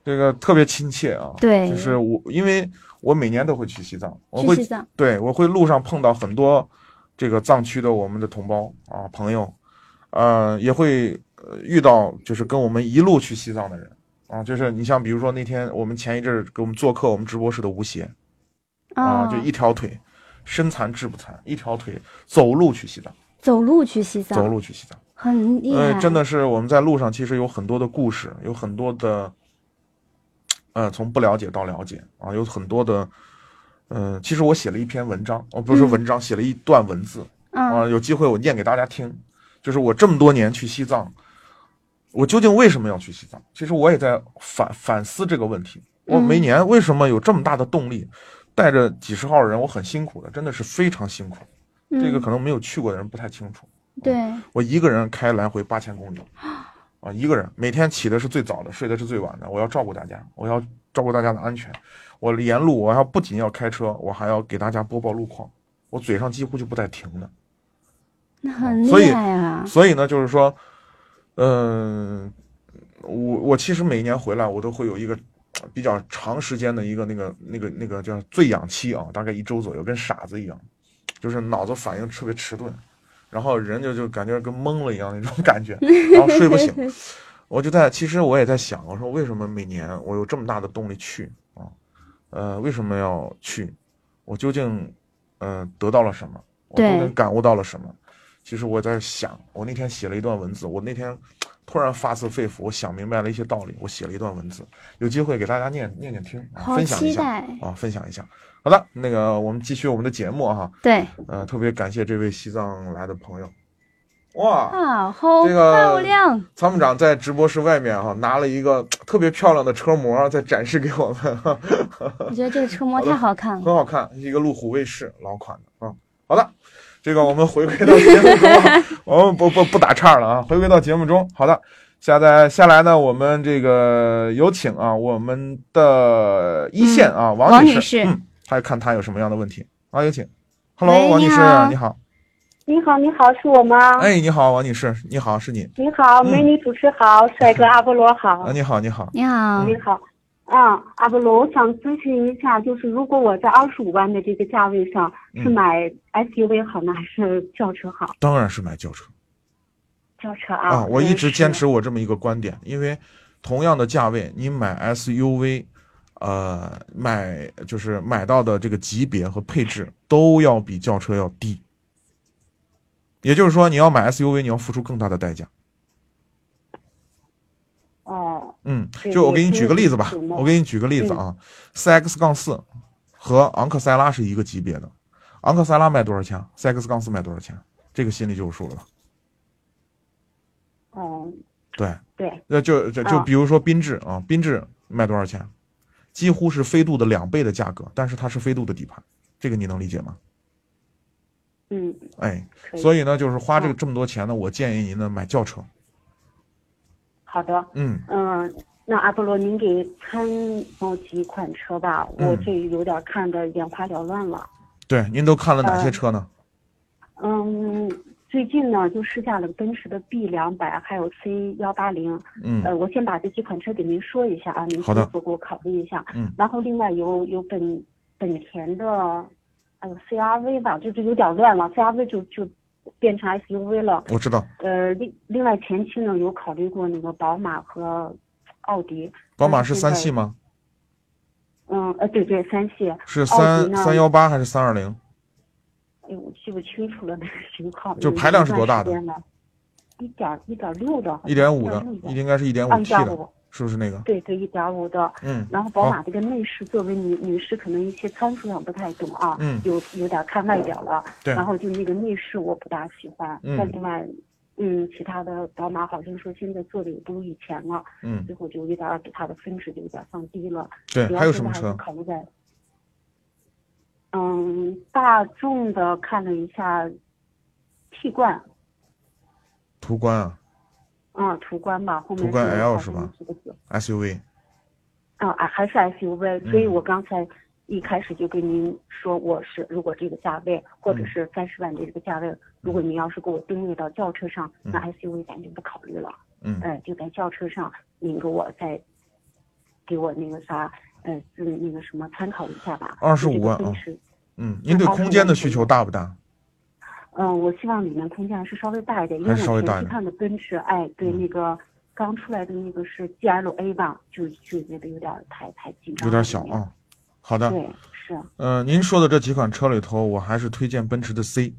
S3: 这个特别亲切啊。
S4: 对
S3: 就，是我，因为我每年都会去西藏，我
S4: 去
S3: 会
S4: 西藏，
S3: 对我会路上碰到很多这个藏区的我们的同胞啊朋友，呃，也会呃遇到就是跟我们一路去西藏的人啊，就是你像比如说那天我们前一阵儿给我们做客我们直播室的吴邪啊，
S4: 哦
S3: 就一条腿身残志不残，一条腿走路去西藏，
S4: 走路去西藏，
S3: 走路去西藏。
S4: 很厉害，
S3: 呃，真的是我们在路上其实有很多的故事，有很多的，呃，从不了解到了解啊，有很多的，嗯、其实我写了一篇文章，哦，不是
S4: 嗯
S3: 文章，写了一段文字啊、
S4: 嗯，
S3: 有机会我念给大家听，就是我这么多年去西藏，我究竟为什么要去西藏？其实我也在反反思这个问题，我每
S4: 嗯
S3: 年为什么有这么大的动力？带着几十号人，我很辛苦的，真的是非常辛苦。
S4: 嗯
S3: 这个可能没有去过的人不太清楚。
S4: 对，
S3: 我一个人开来回八千公里，啊，一个人每天起的是最早的，睡的是最晚的。我要照顾大家，我要照顾大家的安全。我沿路我要不仅要开车，我还要给大家播报路况，我嘴上几乎就不带停的。
S4: 那很
S3: 所以
S4: 厉害啊，
S3: 所以呢，就是说，嗯、我我其实每年回来，我都会有一个呃比较长时间的一个那个那个那个叫醉氧期啊，大概一周左右，跟傻子一样，就是脑子反应特别迟钝，然后人就就感觉跟懵了一样那种感觉，然后睡不醒。我就在，其实我也在想，我说为什么每年我有这么大的动力去啊？呃，为什么要去？我究竟，呃，得到了什么？我究
S4: 对
S3: 竟感悟到了什么？其实我在想，我那天写了一段文字，我那天突然发自肺腑，我想明白了一些道理，我写了一段文字，有机会给大家念念念听，啊、
S4: 好
S3: 分享一
S4: 期
S3: 下
S4: 待，
S3: 啊，分享一下。好的，那个我们继续我们的节目啊，
S4: 对，
S3: 呃，特别感谢这位西藏来的朋友，哇，
S4: 啊，好
S3: 这个
S4: 漂亮，
S3: 参谋长在直播室外面哈、拿了一个特别漂亮的车模在展示给我们，
S4: 我觉得这个车模
S3: 好的
S4: 太好看了，
S3: 很好看，一个路虎卫士老款的啊。好的，这个我们回归到节目中啊，我们不不不打岔了啊，回归到节目中。好的，下载下来呢，我们这个有请啊，我们的一线啊，王
S4: 王
S3: 女
S4: 女士
S3: 嗯，她看她有什么样的问题啊，有请。Hello，
S7: 喂
S3: 王
S7: 你
S3: 女士，
S7: 好
S3: 你好。
S7: 你好，你好，是我吗？
S3: 哎，你好，王女士，你好，是你
S7: 你好，
S3: 嗯
S7: 美女主持好，帅哥阿波罗好
S3: 啊，，你好，你好，
S4: 你好，
S7: 你好。嗯，阿波罗，我想咨询一下，就是如果我在二十五万的这个价位上，
S3: 嗯
S7: 是买 SUV 好呢，还是轿车好？
S3: 当然是买轿车。
S7: 轿车
S3: 啊，
S7: 啊，
S3: 我一直坚
S7: 嗯。是
S3: 持我这么一个观点，因为同样的价位，你买 SUV，呃，买就是买到的这个级别和配置都要比轿车要低。也就是说，你要买 SUV，你要付出更大的代价。
S7: 哦，
S3: 嗯，
S7: 对
S3: 就我
S7: 也
S3: 给你举
S7: 是嗯
S3: 个例子吧
S7: 有，吗
S3: 我给你举个例子啊，CX 杠四和昂克赛拉是一个级别的，昂克赛拉卖多少钱？CX 杠四卖多少钱？这个心里就有数了吧？
S7: 哦，
S3: 对，
S7: 对，
S3: 那就就就
S7: 啊
S3: 比如说缤智啊，缤智卖多少钱？几乎是飞度的两倍的价格，但是它是飞度的底盘，这个你能理解吗？
S7: 嗯，
S3: 哎，
S7: 可以。
S3: 所以呢，就是花这个
S7: 嗯
S3: 这么多钱呢，我建议您呢买轿车。
S7: 好的，
S3: 嗯，
S7: 嗯，那阿波罗，您给参谋几款车吧，
S3: 嗯
S7: 我这有点看的眼花缭乱了。
S3: 对，您都看了哪些车呢？
S7: 嗯，最近呢就试驾了奔驰的 B 两百，还有 C 幺八零。
S3: 嗯
S7: 呃，我先把这几款车给您说一下啊，您
S3: 好的
S7: 回头给我考虑一下。
S3: 嗯
S7: 然后另外有有本本田的，呃还有 CRV 吧，就是有点乱了，CRV 就就变成 SUV 了。
S3: 我知道，
S7: 呃，另另外前期呢有考虑过那个宝马和奥迪。
S3: 宝马是
S7: 但
S3: 三
S7: 现
S3: 系
S7: 在？
S3: 吗？
S7: 嗯，呃，对对，三系。
S3: 是
S7: 奥迪
S3: 三
S7: 呢嗯
S3: 三幺八还是三二零？
S7: 哎呦，我记不清楚了那个 型号。
S3: 就排量是多大的
S7: 一点一点六的，好像
S3: 一点五的
S7: 1.6，的
S3: 应该是一点
S7: 啊
S3: 五 T
S7: 1.5
S3: 的，是不是那个？
S7: 对对，一点五的。
S3: 嗯，
S7: 然后宝
S3: 好
S7: 马这个内饰，作为女女士，可能一些参数上不太懂啊，
S3: 嗯
S7: 有有点看外表了。
S3: 对
S7: 然后就那个内饰我不大喜欢。
S3: 嗯
S7: 再另外，嗯，其他的宝马好像说现在做的也不如以前了，
S3: 嗯，
S7: 最后就有点儿给它的分值就有点儿放低了。
S3: 对
S7: 主，要
S3: 还有
S7: 是
S3: 什么
S7: 还是
S3: 车？
S7: 考虑在，嗯，大众的看了一下，T 冠，
S3: 途观啊
S7: 嗯，途观吧，后面
S3: 途观
S7: 是
S3: L
S7: 好
S3: 是
S7: 像
S3: 吧
S7: 是个字
S3: ，SUV。
S7: 啊，啊还是 SUV，所以
S3: 嗯
S7: 我刚才一开始就跟您说，我是如果这个价位，或者
S3: 嗯
S7: 是三十万的这个价位，如果您要是给我定位到轿车上，那
S3: 嗯
S7: SUV 咱就不考虑了，
S3: 嗯
S7: 呃，就在轿车上，您给我再给我那个啥，呃，嗯，那个什么参考一下吧。
S3: 25
S7: 就这个
S3: 万
S7: 奔
S3: 啊
S7: 驰
S3: 嗯，您对空间的需求大不大？
S7: 嗯、我希望里面空间还是稍微大一点，因为
S3: 还是稍微
S7: 我
S3: 大
S7: 前
S3: 一
S7: 期
S3: 点
S7: 看的奔驰，哎，对
S3: 嗯
S7: 那个刚出来的那个是 GLA 吧，就就觉得有点儿太太紧张
S3: 有
S7: 了，
S3: 点小
S7: 里面。
S3: 啊。好的，
S7: 对，是，
S3: 呃，您说的这几款车里头，我还是推荐奔驰的 C。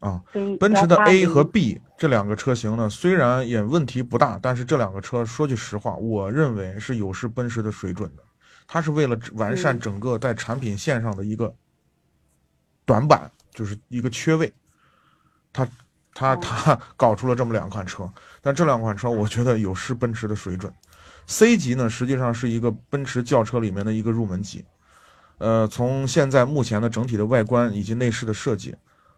S3: 啊，
S7: 所以
S3: 奔驰的
S7: 180
S3: A 和 B 这两个车型呢，虽然也问题不大，但是这两个车说句实话，我认为是有失奔驰的水准的。它是为了完善
S7: 嗯
S3: 整个在产品线上的一个短板，就是一个缺位。它它
S7: 哦
S3: 它搞出了这么两款车，但这两款车我觉得有失奔驰的水准。C 级呢，实际上是一个奔驰轿车里面的一个入门级。呃，从现在目前的整体的外观以及内饰的设计，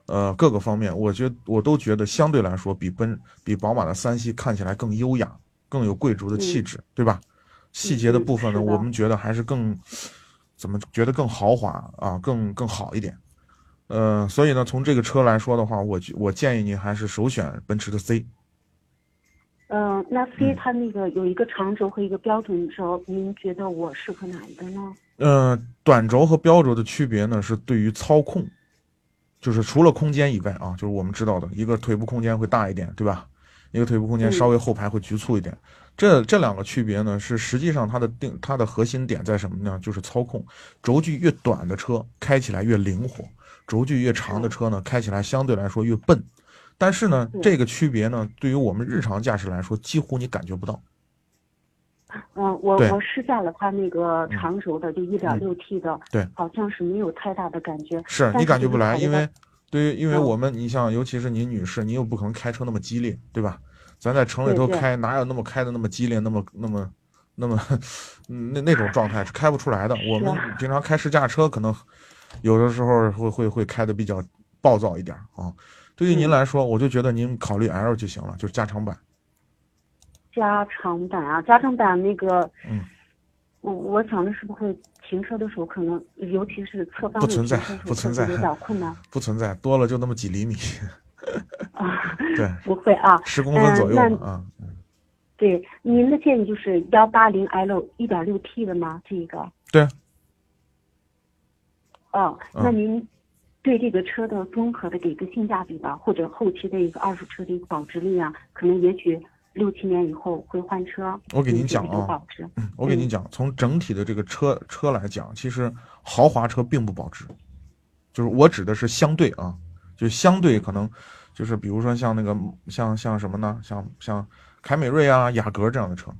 S3: 呃，各个方面，我觉我都觉得相对来说比奔比宝马的三系看起来更优雅，更有贵族的气
S7: 嗯
S3: 质，对吧？细节的
S7: 嗯嗯
S3: 部分呢，
S7: 是的
S3: 我们觉得还是更怎么觉得更豪华啊，更更好一点。呃，所以呢，从这个车来说的话，我觉我建议您还是首选奔驰的 C。
S7: 嗯，那 C
S3: 嗯
S7: 它那个有一个长轴和一个标准轴，您觉得我适合哪一个呢？
S3: 呃，短轴和标轴的区别呢，是对于操控，就是除了空间以外啊，就是我们知道的一个腿部空间会大一点，对吧？一个腿部空间
S7: 嗯
S3: 稍微后排会局促一点。这这两个区别呢，是实际上它的定它的核心点在什么呢？就是操控。轴距越短的车开起来越灵活，轴距越长的车呢开起来相对来说越笨。但是呢，
S7: 对
S3: 这个区别呢，对于我们日常驾驶来说，几乎你感觉不到。
S7: 嗯，我
S3: 对嗯
S7: 我试驾了它那个长轴的，就一点六 T 的，
S3: 对
S7: 好像是没有太大的感觉。
S3: 是
S7: 但
S3: 你
S7: 是
S3: 感觉
S7: 就是
S3: 不来，
S7: 考虑
S3: 因
S7: 到
S3: 为对于因为
S7: 嗯
S3: 我们，你像尤其是您女士，你又不可能开车那么激烈，对吧？咱在城里
S7: 对
S3: 头
S7: 对
S3: 开，哪有那么开的那么激烈，那么那么那么嗯那那种状态是开不出来的。我
S7: 是
S3: 们
S7: 啊
S3: 平常开试驾车，可能有的时候会会会开的比较暴躁一点儿啊。对于您
S7: 嗯
S3: 来说，我就觉得您考虑 L 就行了，就是加长版。
S7: 加长版啊，加长版那个，
S3: 嗯，
S7: 我我想着是不是会停车的时候可能，尤其是侧方
S3: 不
S7: 位
S3: 存
S7: 停车
S3: 在
S7: 的时候，
S3: 不存
S7: 会
S3: 在
S7: 有点困难
S3: 不存在，多了就那么几厘米，
S7: 啊，
S3: 对，
S7: 不会啊。
S3: 十公分
S7: 嗯
S3: 左右
S7: 那
S3: 吧啊。
S7: 对，您的建议就是幺八零 L 一点六 T 的吗？这个？
S3: 对，
S7: 哦，那
S3: 嗯
S7: 您对这个车的综合的给一个性价比吧，或者后期的一个二手车的一个保值率啊，可能也许六七年以后会换车。
S3: 我给您讲
S7: 有
S3: 啊
S7: 保值。
S3: 我给您
S7: 嗯
S3: 讲，从整体的这个车车来讲，其实豪华车并不保值，就是我指的是相对啊，就相对可能就是比如说像那个像像什么呢，像像凯美瑞啊、雅阁这样的车，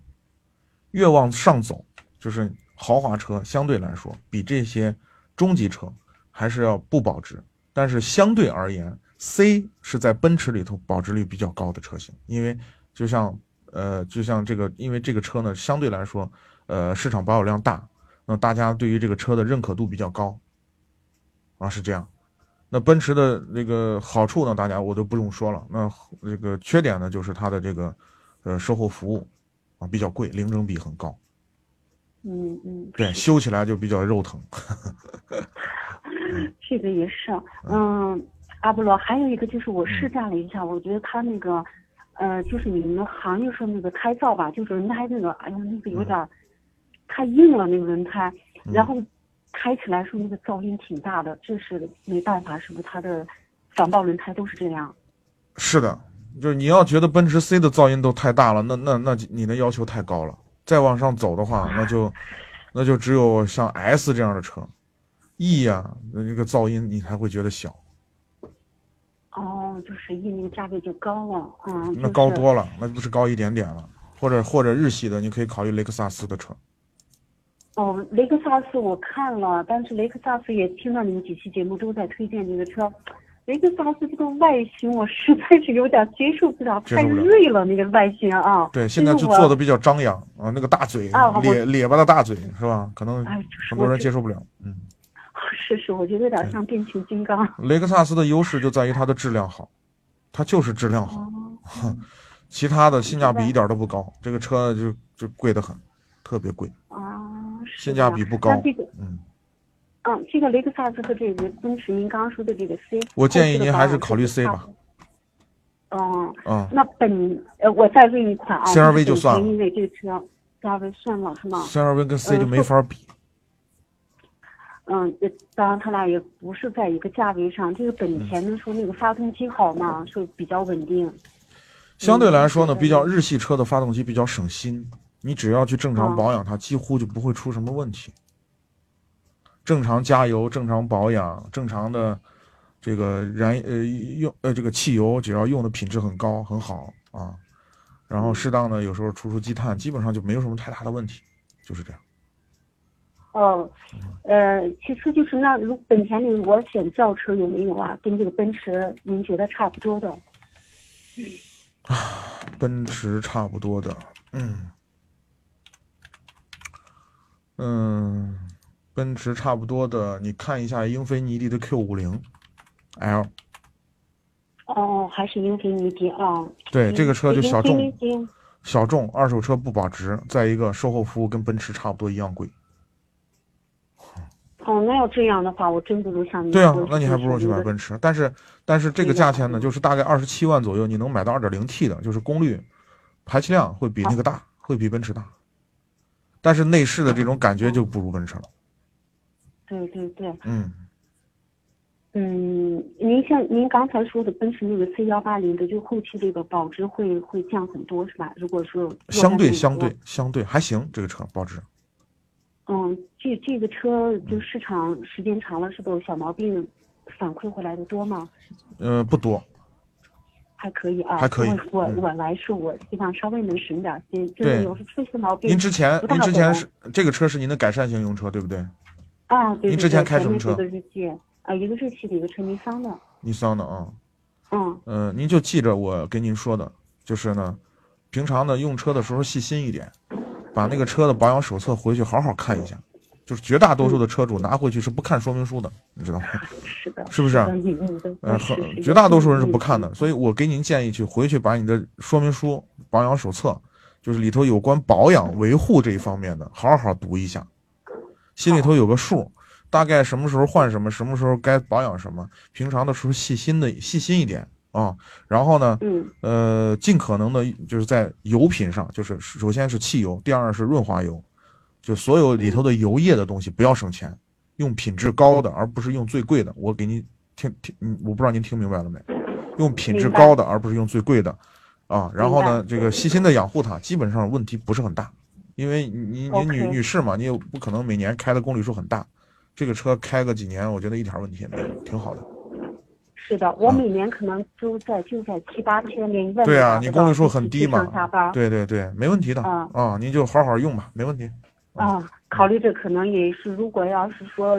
S3: 越往上走，就是豪华车相对来说比这些中级车还是要不保值，但是相对而言，C 是在奔驰里头保值率比较高的车型，因为就像呃，就像这个，因为这个车呢相对来说，呃，市场保有量大，那大家对于这个车的认可度比较高，啊，是这样。那奔驰的那个好处呢，大家我都不用说了。那这个缺点呢，就是它的这个呃售后服务啊比较贵，零整比很高，
S7: 嗯嗯，
S3: 对，修起来就比较肉疼。
S7: 这个也是。嗯，阿波罗，还有一个就是我试驾了一下，我觉得它那个，呃，就是你们行业说那个胎噪吧，就是轮胎那个，哎呀，那个有点儿太硬了，那个轮胎，然后开起来时候那个噪音挺大的，这是没办法，是不是它的防爆轮胎都是这样？
S3: 是的，就是你要觉得奔驰 C 的噪音都太大了，那那那你的要求太高了。再往上走的话，那就那就只有像 S 这样的车，E 呀、那这个噪音你才会觉得小，
S7: 哦，就是一那个价位就高了，嗯，嗯
S3: 那高
S7: 就是
S3: 多了，那不是高一点点了。或者或者日系的，你可以考虑雷克萨斯的车。
S7: 哦，雷克萨斯我看了，但是雷克萨斯也听了你们几期节目都在推荐这个车。雷克萨斯这个外形我实在是有点接受不了，
S3: 接受
S7: 太
S3: 不了
S7: 锐了那个外形啊。
S3: 对，现在就
S7: 就是我
S3: 做的比较张扬啊，那个大嘴
S7: 啊我，
S3: 咧咧巴的大嘴是吧？可能
S7: 哎就是
S3: 很多人
S7: 我
S3: 接受不了。嗯，
S7: 是是，我觉得有点像变形金刚。
S3: 雷克萨斯的优势就在于它的质量好，它就是质量好，
S7: 哦，
S3: 其他的性价比
S7: 明白
S3: 一点都不高，这个车就就贵得很，特别贵，
S7: 啊，是
S3: 性价
S7: 的
S3: 比不
S7: 那
S3: 高
S7: 这个，。
S3: 嗯，
S7: 嗯，这个雷克萨斯和这个奔驰，您刚刚说的这个 C，
S3: 我建议
S7: 后期的
S3: 您
S7: 保
S3: 还
S7: 养
S3: 是考虑 C 吧。
S7: 嗯，
S3: 啊，
S7: 那本呃，我再问一款啊
S3: CRV
S7: 本
S3: 就
S7: 田
S3: 算了
S7: 因为这个车 CRV 算了是吗？
S3: c r v 跟 C 就没法 比。
S7: 嗯，呃当然它俩也不是在一个价位上。这个本
S3: 嗯
S7: 田呢，说那个发动机好嘛，说比较稳定。
S3: 相对来说呢，
S7: 嗯
S3: 比较日系车的发动机比较省心，你只要去正常
S7: 嗯
S3: 保养它，几乎就不会出什么问题。正常加油、正常保养、正常的这个燃呃用呃这个汽油，只要用的品质很高很好啊，然后适当的有时候除除积碳，基本上就没有什么太大的问题，就是这样。
S7: 哦，
S3: 嗯
S7: 呃，其次就是那如本田里我选轿车有没有啊？跟这个奔驰您觉得差不多的？
S3: 奔驰差不多的，嗯，嗯，奔驰差不多的，你看一下英菲尼迪的 Q 五零哎 L，
S7: 哦，还是英菲尼迪啊？
S3: 对，这个车就小
S7: 英
S3: 众，
S7: 菲尼迪
S3: 小众，二手车不保值，再一个售后服务跟奔驰差不多一样贵。
S7: 哦，那要这样的话，我真不如像您
S3: 对啊
S7: 说的，
S3: 那你还不如去买奔驰。但是，但是这个
S7: 这个
S3: 价钱呢，就是大概二十七万左右，你能买到二点零 T 的，就是功率、排气量会比那个大，会比奔驰大，但是内饰的这种感觉就不如奔驰了。
S7: 对对对，
S3: 嗯。
S7: 嗯，您像您刚才说的奔驰那个 C 幺八零的，就后期这个保值会会降很多是吧？如果说若
S3: 相
S7: 干
S3: 对
S7: 年
S3: 相
S7: 后
S3: 对，相对还行，这个车保值。
S7: 嗯，这这个车就市场时间长了，是不是小毛病反馈回来的多吗？
S3: 呃，不多，
S7: 还可以啊，
S3: 还可以
S7: 因为我
S3: 嗯
S7: 我来是我希望稍微能省点心，就
S3: 对
S7: 是有时出些毛病
S3: 您之前
S7: 不大
S3: 您之
S7: 会
S3: 前
S7: 来
S3: 是这个车是您的改善型用车对不对？
S7: 啊，对
S3: 您
S7: 对
S3: 之前
S7: 对
S3: 开什
S7: 前
S3: 么
S7: 面
S3: 车
S7: 一个日系啊，一个日系的，一个车尼桑的，
S3: 尼桑的啊，
S7: 嗯
S3: 呃，您就记着我跟您说的，就是呢，平常呢用车的时候细心一点，把那个车的保养手册回去好好看一下。就是绝大多数的车主拿回去是不看说明书的，你知道吗？
S7: 是的，
S3: 是不是
S7: 的你你的
S3: 呃，
S7: 是是
S3: 很
S7: 是
S3: 绝大多数人
S7: 嗯
S3: 是不看的，所以我给您建议去回去把你的说明书、保养手册，就是里头有关保养维护这一方面的，好好读一下，心里头有个数，大概什么时候换什么，什么时候该保养什么，平常的时候细心的细心一点啊，然后呢，
S7: 嗯
S3: 呃，尽可能的就是在油品上，就是首先是汽油，第二是润滑油，就所有里头的油液的东西不要省钱，用品质高的，而不是用最贵的。我给您听听，嗯我不知道您听明白了没？用品质
S7: 明白
S3: 高的，而不是用最贵的，啊，然后
S7: 明
S3: 呢，这个细心的养护它，基本上问题不是很大，因为你你女
S7: OK
S3: 女士嘛，你也不可能每年开的公里数很大，这个车开个几年，我觉得一点问题也没有，挺好的。
S7: 是的，我
S3: 嗯
S7: 每年可能都在就在七八千连一万
S3: 对
S7: 啊
S3: 啊，，你公里数很低嘛
S7: 上下班，
S3: 对对对，没问题的
S7: 啊
S3: 啊，您就好好用吧，没问题。
S7: 啊，考虑着可能也是，如果要是说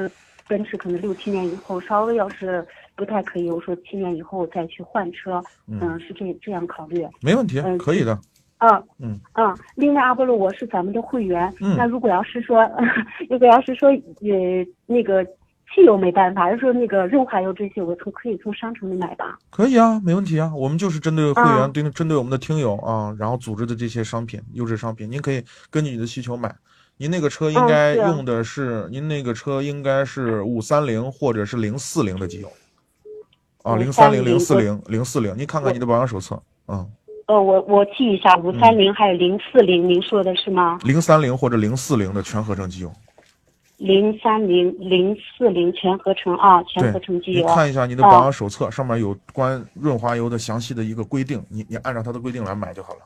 S7: 奔驰可能六七年以后稍微要是不太可以，我说七年以后再去换车，
S3: 嗯
S7: 嗯，是这这样考虑。
S3: 没问题，
S7: 嗯
S3: 可以的。
S7: 啊，
S3: 嗯
S7: 啊，另外阿波罗，我是咱们的会员，
S3: 嗯
S7: 那如果要是说， 如果要是说呃那个汽油没办法，要说那个润滑油这些，我从可以从商城里买吧。
S3: 可以啊，没问题啊。我们就是针对会员，
S7: 啊
S3: 对针对我们的听友啊，然后组织的这些商品，优质商品，您可以根据你的需求买。您那个车应该
S7: 嗯是
S3: 用的是，您那个车应该是五三零或者是零四零的机油，啊，零三零、零四零、零四零，您看看你的保养手册，嗯，
S7: 呃，我我记一下，五三零还有零四零，您说的是吗？
S3: 零三零或者零四零的全合成机油，
S7: 零三零零四零全合成啊，嗯全合成机
S3: 你
S7: 油。
S3: 看一下你的保养手册，上面有关润滑油的详细的一个规定，你你按照它的规定来买就好了。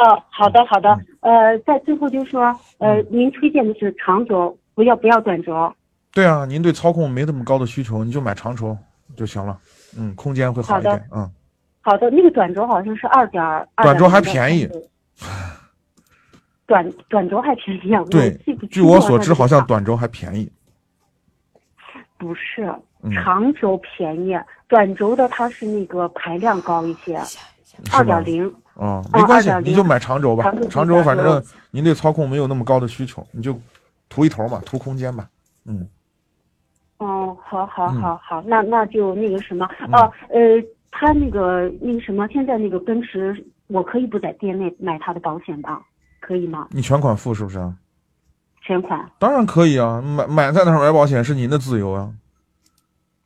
S7: 哦，好的好的。
S3: 嗯
S7: 呃，在最后就说，呃，您推荐的是长轴，不要不要短轴。
S3: 对啊，您对操控没那么高的需求，你就买长轴就行了。嗯，空间会好一
S7: 好的
S3: 点。嗯，
S7: 好的，那个短轴好像是二点二，
S3: 短轴还便宜
S7: 2.0的短短轴还便宜啊？
S3: 对
S7: 记不，
S3: 据
S7: 清
S3: 我
S7: 了
S3: 所
S7: 到
S3: 知，
S7: 底
S3: 好
S7: 是
S3: 像
S7: 啥
S3: 短轴还便宜。
S7: 不是
S3: 嗯
S7: 长轴便宜，短轴的它是那个排量高一些，
S3: 是
S7: 二
S3: 吧
S7: 点零。
S3: 啊，没关系，
S7: 2.0
S3: 你就买长轴吧
S7: 长轴。
S3: 长轴反正
S7: 3.0
S3: 您对操控没有那么高的需求，你就图一头嘛，图空间吧。嗯，
S7: 哦，好好
S3: 嗯
S7: 好好，那那就那个什么，
S3: 嗯
S7: 哦、呃，他那个那个什么，现在那个奔驰，我可以不在店内买它的保险吧？可以吗？
S3: 你全款付是不是啊？
S7: 全款？
S3: 当然可以啊，买买在哪儿买保险是您的自由啊。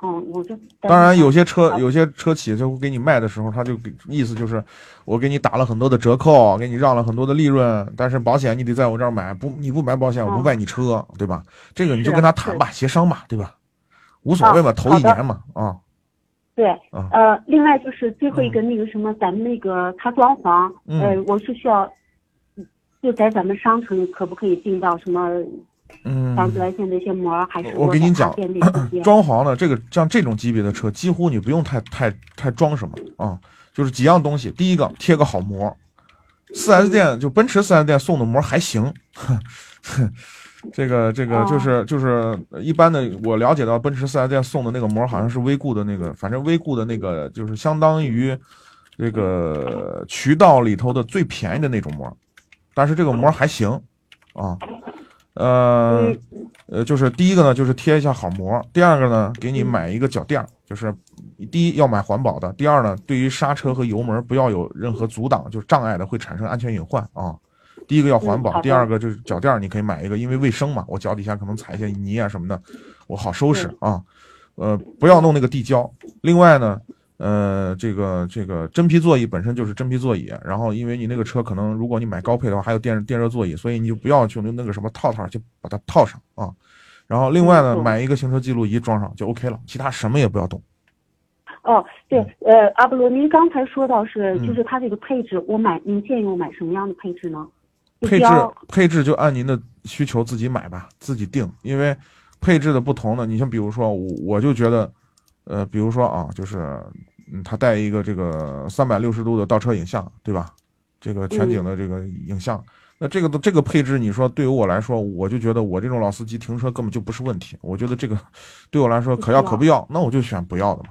S7: 嗯，我就
S3: 当然，有些车
S7: 好
S3: 有些车企就会给你卖的时候，他就给意思就是，我给你打了很多的折扣，给你让了很多的利润，但是保险你得在我这儿买，不你不买保险，我不
S7: 嗯
S3: 卖你车，对吧？这个你就是跟他谈吧，协商嘛，对吧？无所
S7: 嗯
S3: 谓嘛，头一
S7: 好的
S3: 年嘛，啊，
S7: 对，
S3: 嗯
S7: 呃，另外就是最后一个那个什么，咱们那个他装潢，
S3: 嗯
S7: 呃，我是需要，就在咱们商城可不可以订到什么
S3: 嗯，
S7: 防紫外线的一些膜儿，还是
S3: 我给
S7: 在
S3: 你
S7: 他
S3: 讲
S7: 店里 直接
S3: 装潢的这个像这种级别的车，几乎你不用太太太装什么啊，就是几样东西。第一个贴个好膜，四 S 店就奔驰四 S 店送的膜还行。 这个这个
S7: 哦
S3: 就是就是一般的，我了解到奔驰四 S 店送的那个膜好像是微固的那个，反正微固的那个就是相当于这个渠道里头的最便宜的那种膜，但是这个膜还行啊，呃，呃，就是第一个呢，就是贴一下好膜；第二个呢，给你
S7: 嗯
S3: 买一个脚垫儿，就是第一要买环保的，第二呢，对于刹车和油门不要有任何阻挡，就是障碍的会产生安全隐患啊。第一个要环
S7: 嗯
S3: 保，
S7: 好的
S3: 第二个就是脚垫儿，你可以买一个，因为卫生嘛，我脚底下可能踩一些泥啊什么的，我好收拾啊。呃，不要弄那个地胶。另外呢，呃，这个这个真皮座椅本身就是真皮座椅，然后因为你那个车可能如果你买高配的话，还有电电热座椅，所以你就不要去用那个什么套套去把它套上啊。然后另外呢，
S7: 嗯
S3: 买一个行车记录仪装上就 OK 了，其他什么也不要动。
S7: 哦，对，呃，阿波罗，您刚才说到是，
S3: 嗯
S7: 就是它这个配置，我买，您建议我买什么样的配置呢？就
S3: 配置
S7: 标
S3: 配置就按您的需求自己买吧，自己定，因为配置的不同呢，你像比如说我我就觉得，呃，比如说啊，就是嗯，它带一个这个三百六十度的倒车影像，对吧？这个全景的这个影像，那这个都这个配置，你说对于我来说，我就觉得我这种老司机停车根本就不是问题，我觉得这个对我来说可要可不要，那我就选不要的嘛，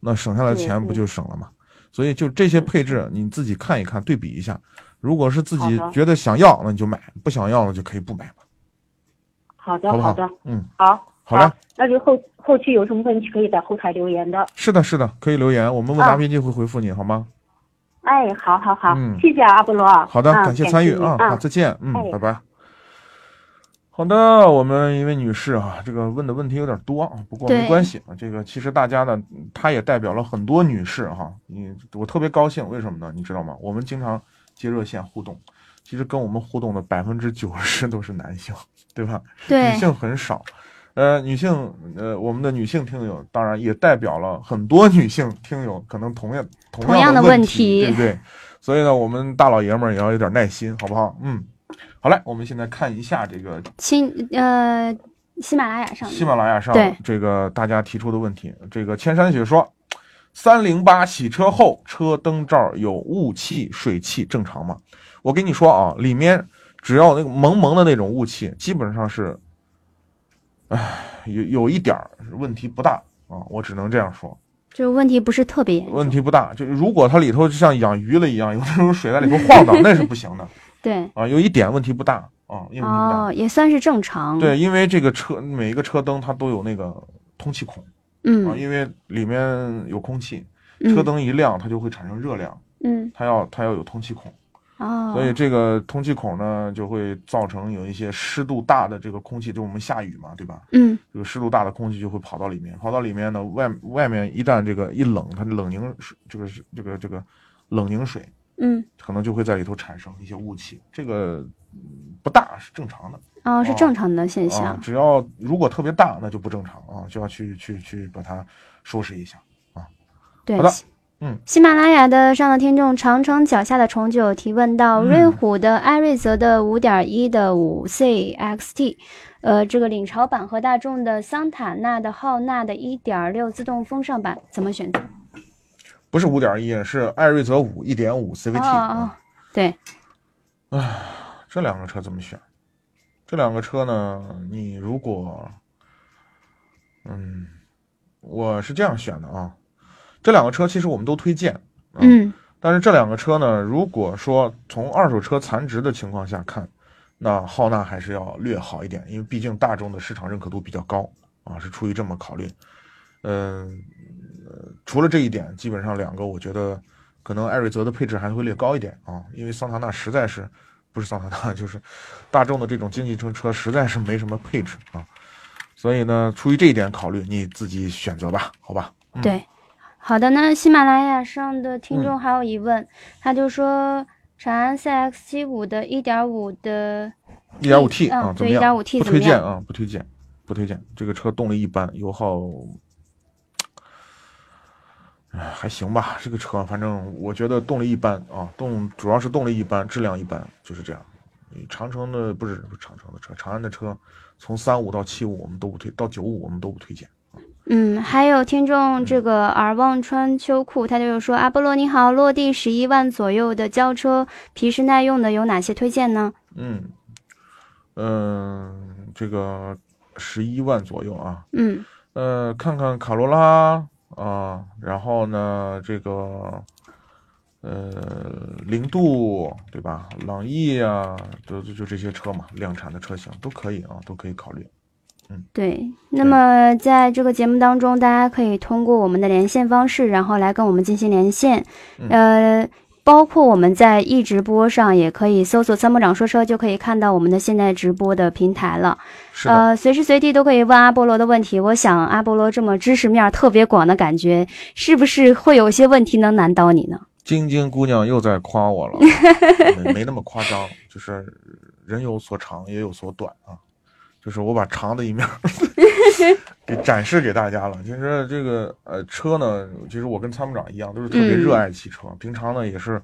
S3: 那省下来的
S7: 对
S3: 钱不
S7: 对
S3: 就省了嘛？所以就这些配置你自己看一看，对比一下，如果是自己
S7: 好的
S3: 觉得想要，那你就买；不想要了就可以不买嘛，
S7: 好的，
S3: 好不
S7: 好
S3: 好？
S7: 的，
S3: 嗯，
S7: 好，
S3: 好嘞，
S7: 那就后后期有什么问题可以在后台留言的。
S3: 是的，是的，可以留言，我们问
S7: 啊
S3: 答编辑会回复你，好吗？
S7: 哎，好好好，
S3: 嗯
S7: 谢谢啊阿波罗。
S3: 好的，
S7: 嗯
S3: 感谢参与
S7: 您
S3: 啊，好，
S7: 嗯
S3: 再见，嗯
S7: 哎，
S3: 拜拜。好的，我们一位女士啊，这个问的问题有点多啊，不过没
S4: 对
S3: 关系啊。这个其实大家呢，嗯她也代表了很多女士哈、你我特别高兴，为什么呢？你知道吗？我们经常接热线互动，其实跟我们互动的百分之九十都是男性，对吧？
S4: 对
S3: 女性很少。呃，女性，呃，我们的女性听友当然也代表了很多女性听友，可能同样同
S4: 同样
S3: 的
S4: 的
S3: 问
S4: 问题
S3: 对不对？所以呢，我们大老爷们儿也要有点耐心，好不好？嗯，好嘞，我们现在看一下这个
S4: 亲呃，喜马拉雅上
S3: 喜马拉雅上
S4: 对
S3: 这个大家提出的问题，这个千山雪说，三零八洗车后车灯罩有雾气、水汽，正常吗？我跟你说啊，里面只要那个蒙蒙的那种雾气，基本上是，唉，有有一点儿问题不大啊，我只能这样说，
S4: 就是问题不是特别严重。
S3: 问题不大。就如果它里头就像养鱼了一样，有那种水在里头晃 荡，那是不行的
S4: 对，
S3: 啊，有一点问题不大啊，因为不大。
S4: 哦，也算是正常。
S3: 对，，因为这个车每一个车灯它都有那个通气孔。啊，
S4: 嗯，
S3: 因为里面有空气，
S4: 嗯
S3: 车，灯一亮，它就会产生热量，
S4: 嗯，
S3: 它要它要有通气孔，
S4: 哦，
S3: 所以这个通气孔呢，就会造成有一些湿度大的这个空气，就我们下雨嘛，对吧？
S4: 嗯，
S3: 这个湿度大的空气就会跑到里面，跑到里面呢，外外面一旦这个一冷，它冷凝水，这个是这个这个冷凝水
S4: 嗯，
S3: 可能就会在里头产生一些雾气，这个嗯不大是正常的。
S4: 哦，是
S3: 哦
S4: 正常的现
S3: 啊
S4: 象，。
S3: 只要如果特别大，那就不正常啊，就要去去去把它收拾一下。
S4: 对
S3: 好的，
S4: 喜
S3: 嗯
S4: 喜马拉雅的上的听众长城脚下的重九提问到
S3: 嗯
S4: 瑞虎的艾瑞泽的五点一的五 CXT，呃，这个领潮版和大众的桑塔纳的浩纳的一点六自动风尚版怎么选择？
S3: 不是五点一，是艾瑞泽五一点五 CVT
S4: 哦哦
S3: 啊。
S4: 对，
S3: 唉，这两个车怎么选？这两个车呢，你如果，嗯，我是这样选的啊。这两个车其实我们都推荐，啊、，
S4: 嗯
S3: 但是这两个车呢，如果说从二手车残值的情况下看，那浩纳还是要略好一点，因为毕竟大众的市场认可度比较高啊，是出于这么考虑。嗯、呃除了这一点，基本上两个我觉得可能艾瑞泽的配置还会略高一点啊，因为桑塔纳实在是不是桑塔纳，就是大众的这种经济车车实在是没什么配置啊，所以呢，出于这一点考虑，你自己选择吧，好吧？嗯
S4: 对。好的，那喜马拉雅上的听众还有疑问，他就说长安 CX 7 5的1.5的，
S3: 一点五 T
S4: 嗯
S3: 啊，怎
S4: 对
S3: 么样？
S4: 1.5T
S3: 不
S4: 怎么
S3: 推荐
S4: 样
S3: 啊，不推荐，不推荐。这个车动力一般，油耗，唉还行吧。这个车反正我觉得动力一般啊，动主要是动力一般，质量一般，就是这样。长城的不是不是长城的车，长安的车从三五到七五我们都不推，到九五我们都不推荐。
S4: 嗯，还有听众这个耳望穿秋裤，他就说阿波罗你好，落地十一万左右的轿车，皮实耐用的有哪些推荐呢？
S3: 嗯嗯、这个十一万左右啊，
S4: 嗯
S3: 呃，看看卡罗拉啊、然后呢，这个呃，零度对吧？朗逸啊，就就就这些车嘛，量产的车型都可以啊，都可以考虑。
S4: 对，那么在这个节目当中，大家可以通过我们的连线方式，然后来跟我们进行连线。呃，包括我们在一直播上也可以搜索“参谋长说车”，就可以看到我们的现在直播的平台了。
S3: 是的，
S4: 呃，随时随地都可以问阿波罗的问题。我想阿波罗这么知识面儿特别广的感觉，是不是会有一些问题能难倒你呢？
S3: 晶晶姑娘又在夸我了，没没那么夸张，就是人有所长也有所短啊，就是我把长的一面儿 给展示给大家了。其实这个呃车呢，其实我跟参谋长一样，都是特别
S4: 嗯
S3: 热爱汽车，平常呢也是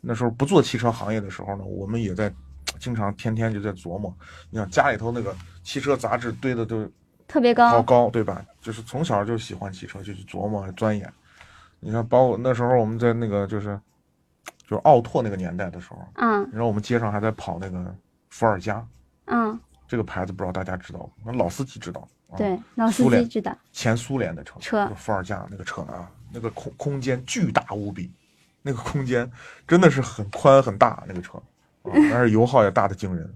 S3: 那时候不做汽车行业的时候呢，我们也在经常天天就在琢磨，你想家里头那个汽车杂志堆的都
S4: 特别
S3: 好
S4: 高，
S3: 高，对吧？就是从小就喜欢汽车，就去琢磨钻研。你看，包括那时候我们在那个就是就是奥拓那个年代的时候，
S4: 嗯
S3: 然后我们街上还在跑那个伏尔加
S4: 嗯，
S3: 这个牌子，不知道大家知道吗？那老司机知道，啊、
S4: 对，，老司
S3: 苏
S4: 机
S3: 联
S4: 知道，
S3: 前苏联的车，
S4: 车
S3: 那个伏尔加那个车啊，那个空空间巨大无比，那个空间真的是很宽很大，那个车，啊、但是油耗也大的惊人。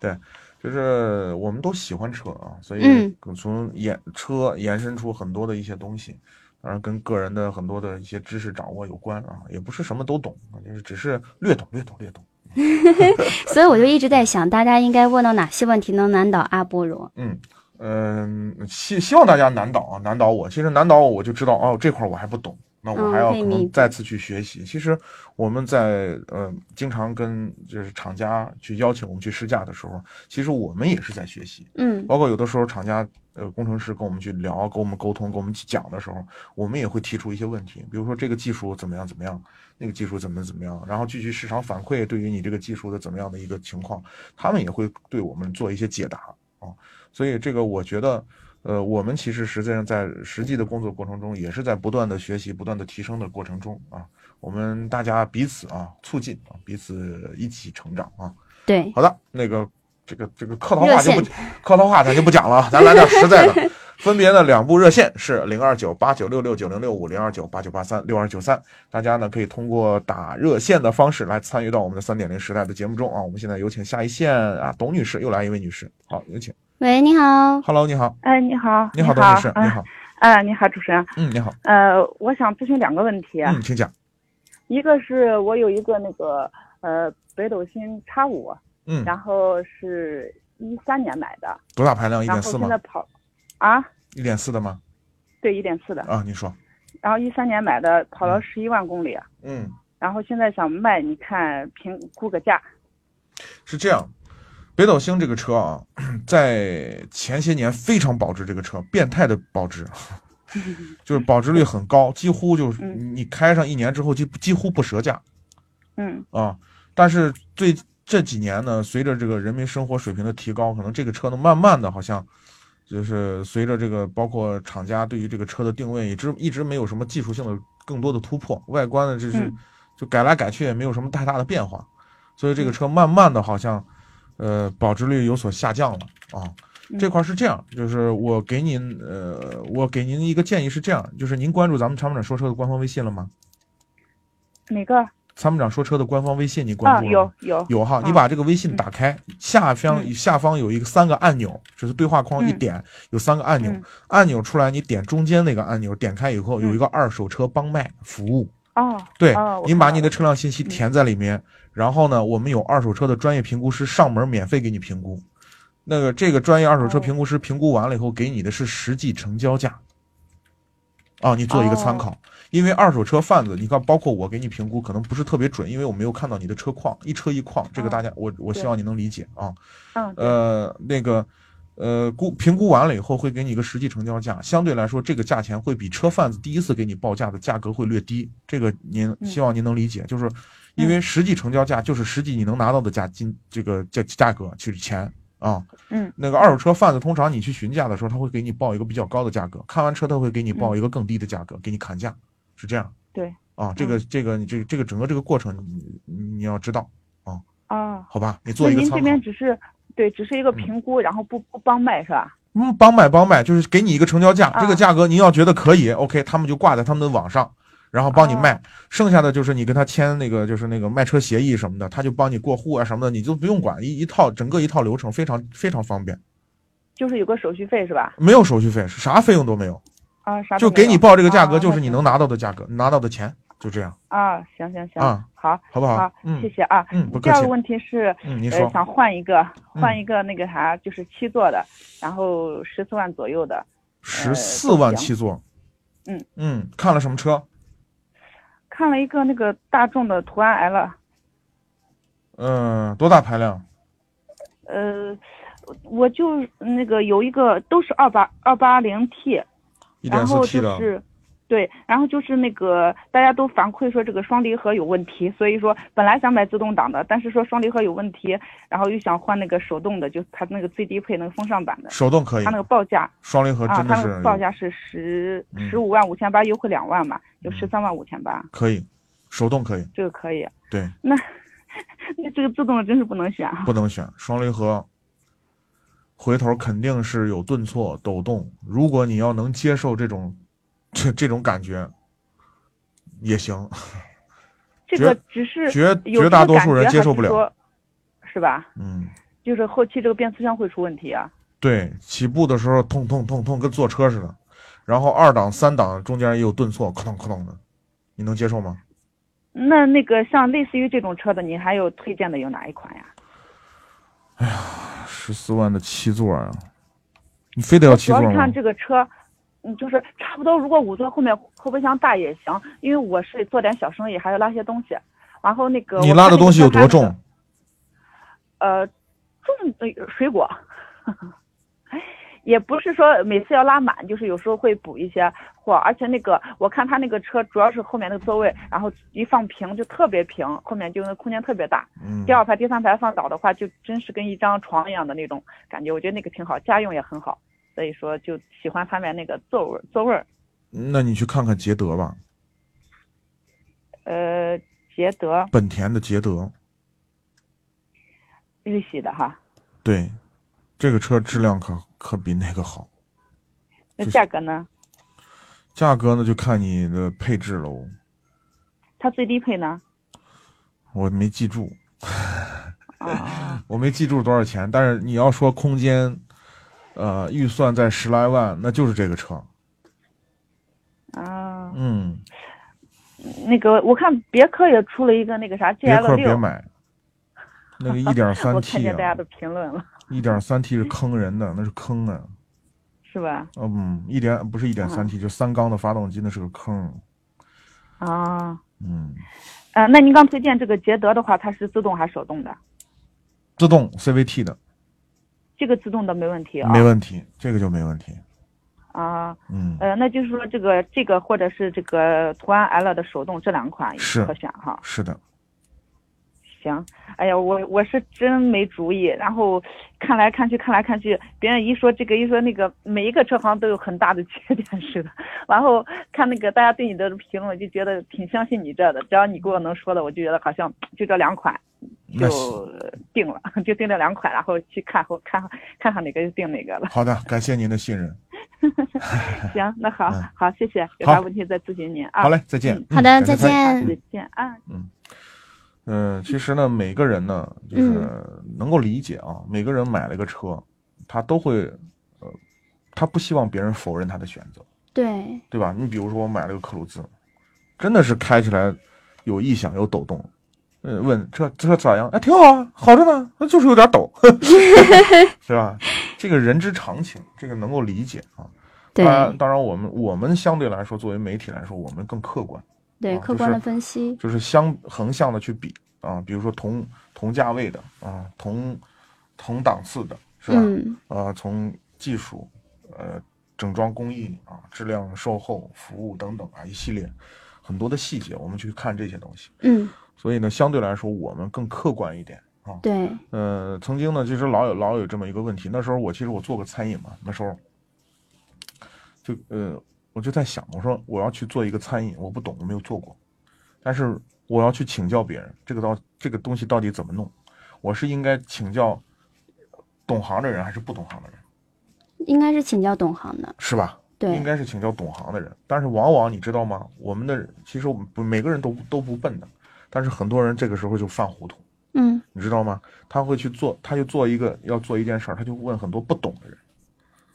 S3: 对，就是我们都喜欢车啊，所
S4: 嗯
S3: 以从延车延伸出很多的一些东西，当然跟个人的很多的一些知识掌握有关啊，也不是什么都懂，啊就是只是略懂略懂略懂。
S4: 所以我就一直在想，大家应该问到哪些问题能难倒阿波罗？
S3: 嗯嗯，希希望大家难倒啊，难倒我。其实难倒我，我就知道哦，这块儿我还不懂，那我
S4: 嗯
S3: 还要
S4: 可以
S3: 可
S4: 理
S3: 能
S4: 解
S3: 再次去学习。其实我们在呃经常跟就是厂家去邀请我们去试驾的时候，其实我们也是在学习。
S4: 嗯
S3: 包括有的时候厂家呃工程师跟我们去聊、跟我们沟通、跟我们去讲的时候，我们也会提出一些问题，比如说这个技术怎么样怎么样，那个技术怎么怎么样，然后具体市场反馈对于你这个技术的怎么样的一个情况，他们也会对我们做一些解答啊。所以这个我觉得。呃，我们其实实际上在实际的工作过程中，也是在不断的学习、不断的提升的过程中啊，我们大家彼此啊促进啊，彼此一起成长啊。
S4: 对，
S3: 好的，那个这个这个客套话就
S4: 热
S3: 不客套话咱就不讲了啊，咱来点实在的。分别呢，两部热线是零二九八九六六九零六五零二九八九八三六二九三，大家呢可以通过打热线的方式来参与到我们的三点零时代的节目中啊。我们现在有请下一线啊，董女士又来一位女士，好，有请。
S4: 喂，你好，
S3: Hello，你好，
S8: 哎，你好，
S3: 你好，董女士，你好，
S8: 哎、你好，主持人，
S3: 嗯，你好，
S8: 呃，我想咨询两个问题，
S3: 嗯，请讲，
S8: 一个是我有一个那个呃北斗星叉五，
S3: 嗯，
S8: 然后是一三年买的，
S3: 多大排量？一
S8: 然
S3: 点
S8: 后
S3: 四吗
S8: 现在？跑，啊，
S3: 一点四的吗？
S8: 对，一点四的，
S3: 啊，你说，
S8: 然后一三年买的，跑了
S3: 嗯
S8: 十一万公里，啊
S3: 嗯，
S8: 然后现在想卖，你看评估个价，
S3: 是这样，北斗星这个车啊，在前些年非常保值，这个车变态的保值， 就是保值率很高，几乎就是
S8: 嗯
S3: 你开上一年之后就几乎不折价
S8: 嗯
S3: 啊。但是最这几年呢，随着这个人民生活水平的提高，可能这个车呢，慢慢的好像。就是随着这个，包括厂家对于这个车的定位，一直一直没有什么技术性的更多的突破，外观呢，就是
S8: 嗯
S3: 就改来改去也没有什么太大的变化。所以这个车慢慢的好像，呃，保值率有所下降了啊。
S8: 嗯
S3: 这块是这样，就是我给您，呃，我给您一个建议是这样，就是您关注咱们参谋长说车的官方微信了吗？
S8: 哪个？
S3: 参谋长说车的官方微信你关
S8: 啊，
S3: 注了
S8: 有
S3: 吗？
S8: 有
S3: 有哈，你把这个微
S8: 嗯
S3: 信打开，下方下方有一个三个按钮，就是对话框一
S8: 嗯
S3: 点有三个按钮
S8: 嗯，
S3: 按钮出来你点中间那个按钮，点开以后有一个二手车帮卖服务，
S8: 哦，
S3: 对
S8: 哦，我
S3: 您把
S8: 看到
S3: 你的
S8: 了嗯
S3: 车辆信息填在里面，然后呢，我们有二手车的专业评估师上门免费给你评估。那个这个专业二手车
S8: 哦
S3: 评估师评估完了以后，给你的是实际成交价。啊，你做一个参考，因为二手车贩子，你看，包括我给你评估，可能不是特别准，因为我没有看到你的车况，一车一况，这个
S8: 哦
S3: 大家，我我希
S8: 对
S3: 望你能理解啊。
S8: 嗯，对
S3: 呃，那个，呃，估评估完了以后会给你一个实际成交价，相对来说这个价钱会比车贩子第一次给你报价的价格会略低，这个您
S8: 嗯
S3: 希望您能理解，就是因为实际成交价就是实际你能拿到的价金这个价价格去钱啊。
S8: 嗯，
S3: 那个二手车贩子通常你去询价的时候，他会给你报一个比较高的价格，看完车他会给你
S8: 嗯
S3: 报一个更低的价格，给你砍价，是这样。
S8: 对。嗯
S3: 啊，这个这个你这个这个整个这个过程你你你要知道，
S8: 啊，
S3: 好吧？你做
S8: 那
S3: 一个
S8: 您
S3: 参考。
S8: 这边只是对，只是一个评估，然后不不帮卖是吧？
S3: 嗯，帮买帮卖，就是给你一个成交价，
S8: 啊
S3: 这个价格您要觉得可以，OK，他们就挂在他们的网上，然后帮
S8: 啊
S3: 你卖。剩下的就是你跟他签那个就是那个卖车协议什么的，他就帮你过户啊什么的，你就不用管一一套整个一套流程非常非常方便，
S8: 就是有个手续费是吧？
S3: 没有手续费，啥费用都没有，
S8: 啊，啥都
S3: 就
S8: 没
S3: 给你
S8: 有
S3: 报这个价格，
S8: 啊
S3: 就是
S8: 那
S3: 你
S8: 行
S3: 能拿到的价格，拿到的钱，就这样，
S8: 啊，行行行
S3: 啊，
S8: 好，
S3: 好不好？
S8: 好，
S3: 嗯
S8: 谢谢啊。
S3: 嗯不
S8: 第
S3: 客
S8: 二
S3: 气
S8: 个问题是，
S3: 嗯，您
S8: 呃
S3: 说，
S8: 想换一个，换
S3: 嗯
S8: 一个那个啥，就是七座的，然后十四万左右的，
S3: 十四万
S8: 呃都行
S3: 七座，
S8: 嗯
S3: 嗯，看了什么车？
S8: 看了一个那个大众的途安 L，
S3: 嗯、多大排量？
S8: 呃，我就那个有一个都是二八二八零 T，
S3: 一点
S8: 然
S3: 四
S8: 后
S3: T
S8: 就
S3: 的，
S8: 是，对，然后就是那个大家都反馈说这个双离合有问题，所以说本来想买自动挡的，但是说双离合有问题，然后又想换那个手动的，就它那个最低配那个风尚版的，
S3: 手动可以
S8: 它，那个报价
S3: 双离合
S8: 啊，
S3: 哎真的
S8: 它那
S3: 是
S8: 个报价是十
S3: 嗯
S8: 十五万五千八，优惠两万嘛，就
S3: 嗯
S8: 十三万五千八，
S3: 可以，手动可以，
S8: 这个可以。
S3: 对，
S8: 那 那这个自动的真是不能选啊。
S3: 不能选双离合。回头肯定是有顿挫、抖动。如果你要能接受这种这这种感觉，也行。
S8: 这
S3: 绝
S8: 个只是
S3: 绝
S8: 有
S3: 绝
S8: 这
S3: 大
S8: 个
S3: 多
S8: 感
S3: 数人
S8: 觉
S3: 接
S8: 还
S3: 受
S8: 是
S3: 不了
S8: 说，是吧？
S3: 嗯，
S8: 就是后期这个变速箱会出问题啊。
S3: 对，起步的时候痛痛痛痛，跟坐车似的。然后二档、三档中间也有顿挫，哐当哐当的，你能接受吗？
S8: 那那个像类似于这种车的，你还有推荐的有哪一款呀？
S3: 十四万的七座啊，你非得要七
S8: 主
S3: 座
S8: 要是
S3: 吗
S8: 看？这个车，嗯，就是差不多，如果五座后面后备箱大也行，因为我是做点小生意，还要拉些东西。然后那个
S3: 你
S8: 我
S3: 拉
S8: 看
S3: 的
S8: 那个
S3: 东西
S8: 车
S3: 有
S8: 还
S3: 多
S8: 那
S3: 重
S8: 个？呃，重呃水果。 也不是说每次要拉满，就是有时候会补一些货，而且那个我看他那个车主要是后面那个座位，然后一放平就特别平，后面就那空间特别大，
S3: 嗯
S8: 第，二排、第三排放倒的话，就真是跟一张床一样的那种感觉。我觉得那个挺好，家用也很好，所以说就喜欢他们那个座位座位儿。
S3: 那你去看看捷德吧，
S8: 呃，捷 德
S3: 本田的捷德。
S8: 日系的哈，
S3: 对，这个车质量可可比那个好。
S8: 那
S3: 就是
S8: 价格呢？
S3: 价格呢，就看你的配置哦喽，
S8: 它最低配呢？
S3: 我没记住，
S8: 啊，
S3: 我没记住多少钱。但是你要说空间，呃，预算在十来万，那就是这个车。
S8: 啊，
S3: 嗯，
S8: 那个我看别克也出了一个那个啥
S3: 别
S8: GL
S3: 克别
S8: 六，
S3: 买，那个一点三
S8: 我看
S3: T
S8: 见大家
S3: 啊
S8: 的，评论了，
S3: 一点三 T 是坑人的，那是坑啊。
S8: 是吧？
S3: 嗯，一点不是一点三 T，就三缸的发动机，那是个坑。
S8: 啊，
S3: 嗯，
S8: 呃，那您刚推荐这个捷德的话，它是自动还是手动的？
S3: 自动 CVT 的
S8: 这个自动的没问题啊，
S3: 没问题，这个就没问题。
S8: 啊。
S3: 嗯，
S8: 呃，那就是说这个这个或者是这个途安 L 的手动这两款
S3: 是
S8: 可选哈。
S3: 是的。
S8: 行，哎呀，我我是真没主意。然后看来看去看来看去，别人一说这个一说那个，每一个车好像都有很大的 缺点似的。然后看那个大家对你的评论，就觉得挺相信你这的。只要你给我能说的，我就觉得好像就这两款，
S3: 那
S8: 就定了，就定了两款，然后去看后看看看哪个就定哪 个了。
S3: 好的，感谢您的信任。
S8: 行，那好
S3: 嗯
S8: 好，谢谢，有
S3: 好
S8: 啥问题再咨询您啊。
S3: 好，嘞，再见。嗯
S4: 好的，
S3: 感谢
S4: 再
S3: 参与
S4: 见。
S8: 再见啊。
S3: 嗯，其实呢，每个人呢，就是能够理解啊，每个人买了个车，他都会，呃，他不希望别人否认他的选择，
S4: 对，
S3: 对吧？你比如说，我买了个克鲁兹，真的是开起来有异响，有抖动。嗯，问这这咋样？哎，挺好啊，好着呢，那就是有点抖， 对吧？这个人之常情，这个能够理解啊。
S4: 对，
S3: 当然，当然，我们我们相对来说，作为媒体来说，我们更客观。
S4: 对，
S3: 啊
S4: 客
S3: 就
S4: 观
S3: 是
S4: 的分析，
S3: 就是相横向的去比啊，比如说同同价位的啊，同同档次的是吧？
S4: 嗯，
S3: 呃，从技术、呃整装工艺啊、质量、售后、服务等等啊一系列很多的细节，我们去看这些东西。
S4: 嗯，
S3: 所以呢，相对来说我们更客观一点啊。
S4: 对，
S3: 呃，曾经呢，其实老有老有这么一个问题，那时候我其实我做过餐饮嘛，那时候就呃，我就在想，我说我要去做一个餐饮，我不懂，我没有做过，但是我要去请教别人，这个到这个东西到底怎么弄，我是应该请教懂行的人还是不懂行的人，
S4: 应该是请教懂行的，
S3: 是吧？应
S4: 对，
S3: 该是请教懂行的人，但是往往你知道吗？我们的其实我们不每个人都都不笨的，但是很多人这个时候就犯糊涂。
S4: 嗯，
S3: 你知道吗？他会去做，他就做一个要做一件事儿，他就问很多不懂的人，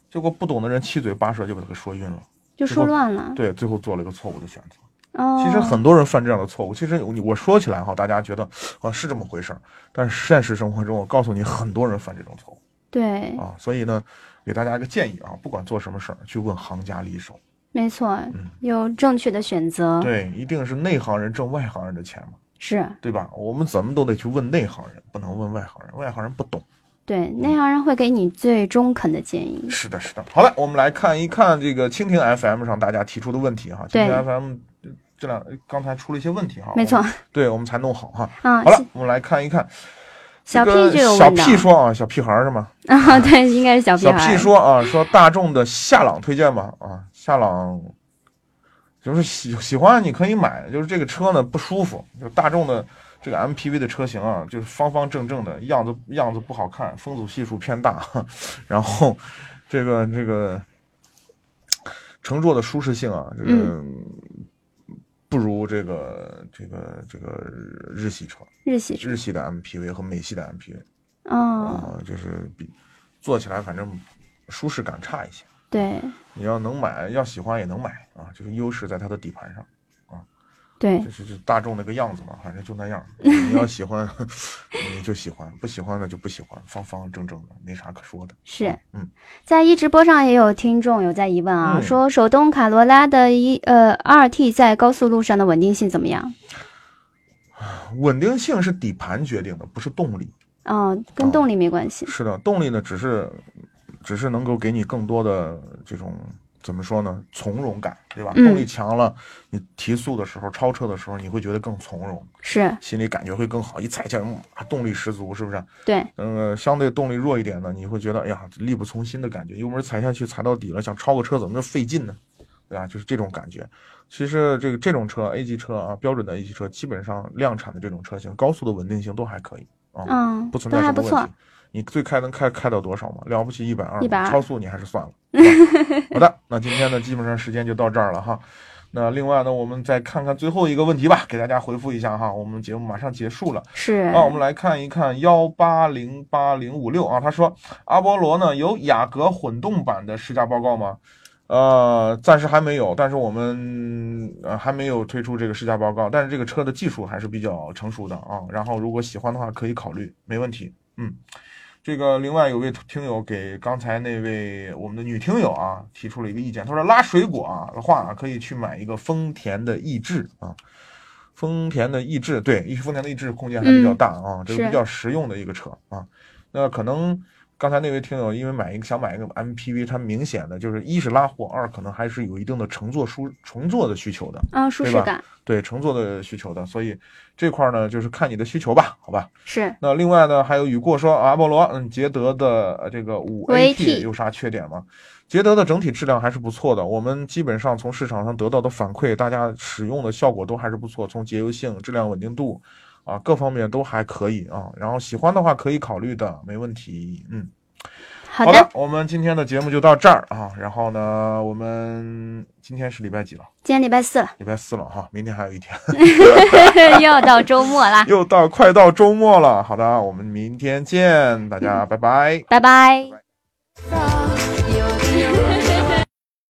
S3: 结果不懂的人七嘴八舌就把他给说晕了，
S4: 就
S3: 最
S4: 说
S3: 后
S4: 乱了，
S3: 对，最后做了一个错误的选择。
S4: 哦，
S3: 其实很多人犯这样的错误，其实我我说起来哈，大家觉得啊是这么回事儿，但是现实生活中，我告诉你，很多人犯这种错误
S4: 对，
S3: 啊，所以呢，给大家一个建议啊，不管做什么事儿，去问行家里手，
S4: 没错，有正确的选择，
S3: 嗯对，一定是内行人挣外行人的钱嘛，
S4: 是
S3: 对吧？我们怎么都得去问内行人，不能问外行人，外行人不懂。
S4: 对，那样人会给你最中肯的建议，
S3: 嗯是的，是的。好了，我们来看一看这个蜻蜓 FM 上大家提出的问题哈。蜻
S4: 对
S3: 蜓 FM 这两刚才出了一些问题哈。
S4: 没错
S3: 我们，对我们才弄好哈。
S4: 啊
S3: 哦好，了
S4: 小，
S3: 我们来看一看
S4: 小
S3: 这
S4: P
S3: 个
S4: 就有
S3: 小
S4: 问到
S3: P 说啊，小屁孩儿是吗？
S4: 啊，对，应该是小屁
S3: 小
S4: 孩，
S3: P 说啊，说大众的夏朗推荐吧啊，夏朗就是喜喜欢你可以买，就是这个车呢不舒服，就是大众的这个 MPV 的车型啊，就是方方正正的样子样子不好看，风阻系数偏大， 然后这个这个乘坐的舒适性啊，这个。
S4: 嗯
S3: 不如这个这个这个日系车，
S4: 日系车，
S3: 日系的 MPV 和美系的 MPV，
S4: 哦，
S3: 啊，就是比做起来反正舒适感差一些。
S4: 对
S3: 你要能买，要喜欢也能买啊，就是优势在它的底盘上，
S4: 对
S3: 这，是就大众那个样子嘛，反正就那样。你要喜欢 你就喜欢，不喜欢的就不喜欢，方方正正的，没啥可说的。
S4: 是，
S3: 嗯，
S4: 在一直播上也有听众有在疑问啊，
S3: 嗯
S4: 说手动卡罗拉的一呃二 T 在高速路上的稳定性怎么样？
S3: 稳定性是底盘决定的，不是动力。
S4: 嗯、
S3: 哦
S4: 跟动力没关系。
S3: 是的，动力呢，只是只是能够给你更多的这种怎么说呢，从容感，对吧？
S4: 嗯
S3: 动力强了，你提速的时候、超车的时候，你会觉得更从容。
S4: 是
S3: 心里感觉会更好，一踩起来，嗯啊动力十足，是不是？
S4: 对，
S3: 嗯，相对动力弱一点呢，你会觉得，哎呀，力不从心的感觉，油门踩下去踩到底了，想超个车怎么就费劲呢？对吧？就是这种感觉。其实这个这种车 A 级车啊，标准的 A 级车，基本上量产的这种车型，高速的稳定性都还可以啊，
S4: 嗯，
S3: 不存
S4: 都
S3: 在
S4: 还
S3: 什
S4: 不
S3: 么问
S4: 错
S3: 题。。你最开能开开到多少吗？了不起一百二，
S4: 120
S3: 超速你还是算了。 好的，那今天呢，基本上时间就到这儿了哈。那另外呢，我们再看看最后一个问题吧，给大家回复一下哈。我们节目马上结束了。
S4: 是
S3: 哦那我们来看一看幺八零八零五六啊，他说阿波罗呢有雅阁混动版的试驾报告吗？呃，暂时还没有，但是我们呃还没有推出这个试驾报告，但是这个车的技术还是比较成熟的啊。然后如果喜欢的话，可以考虑，没问题。嗯，这个另外有位听友给刚才那位我们的女听友啊提出了一个意见，她说拉水果啊的话啊，可以去买一个丰田的逸致啊。丰田的逸致，对，丰田的逸致空间还比较大啊，这个
S4: 是
S3: 比较实用的一个车啊。那可能刚才那位听友因为买一个想买一个 MPV，它明显的就是一是拉货，二可能还是有一定的乘坐舒乘坐的需求的，
S4: 嗯，舒
S3: 对
S4: 适
S3: 吧
S4: 感
S3: 对乘坐的需求的，所以这块儿呢就是看你的需求吧，好吧。
S4: 是
S3: 那另外呢，还有雨过说阿波罗，嗯，捷德的呃这个五 AT
S4: AT
S3: 有啥缺点吗？捷德的整体质量还是不错的，我们基本上从市场上得到的反馈，大家使用的效果都还是不错，从节油性、质量稳定度。啊，各方面都还可以啊。然后喜欢的话可以考虑的，没问题。嗯，
S4: 好
S3: 的，
S4: 的，
S3: 我们今天的节目就到这儿啊。然后呢，我们今天是礼拜几了？
S4: 今天礼拜四了，
S3: 礼拜四了哈、明天还有一天，
S4: 又要到周末啦，
S3: 又到快到 周末了。好的，我们明天见，大家拜拜。
S4: 拜拜。
S2: From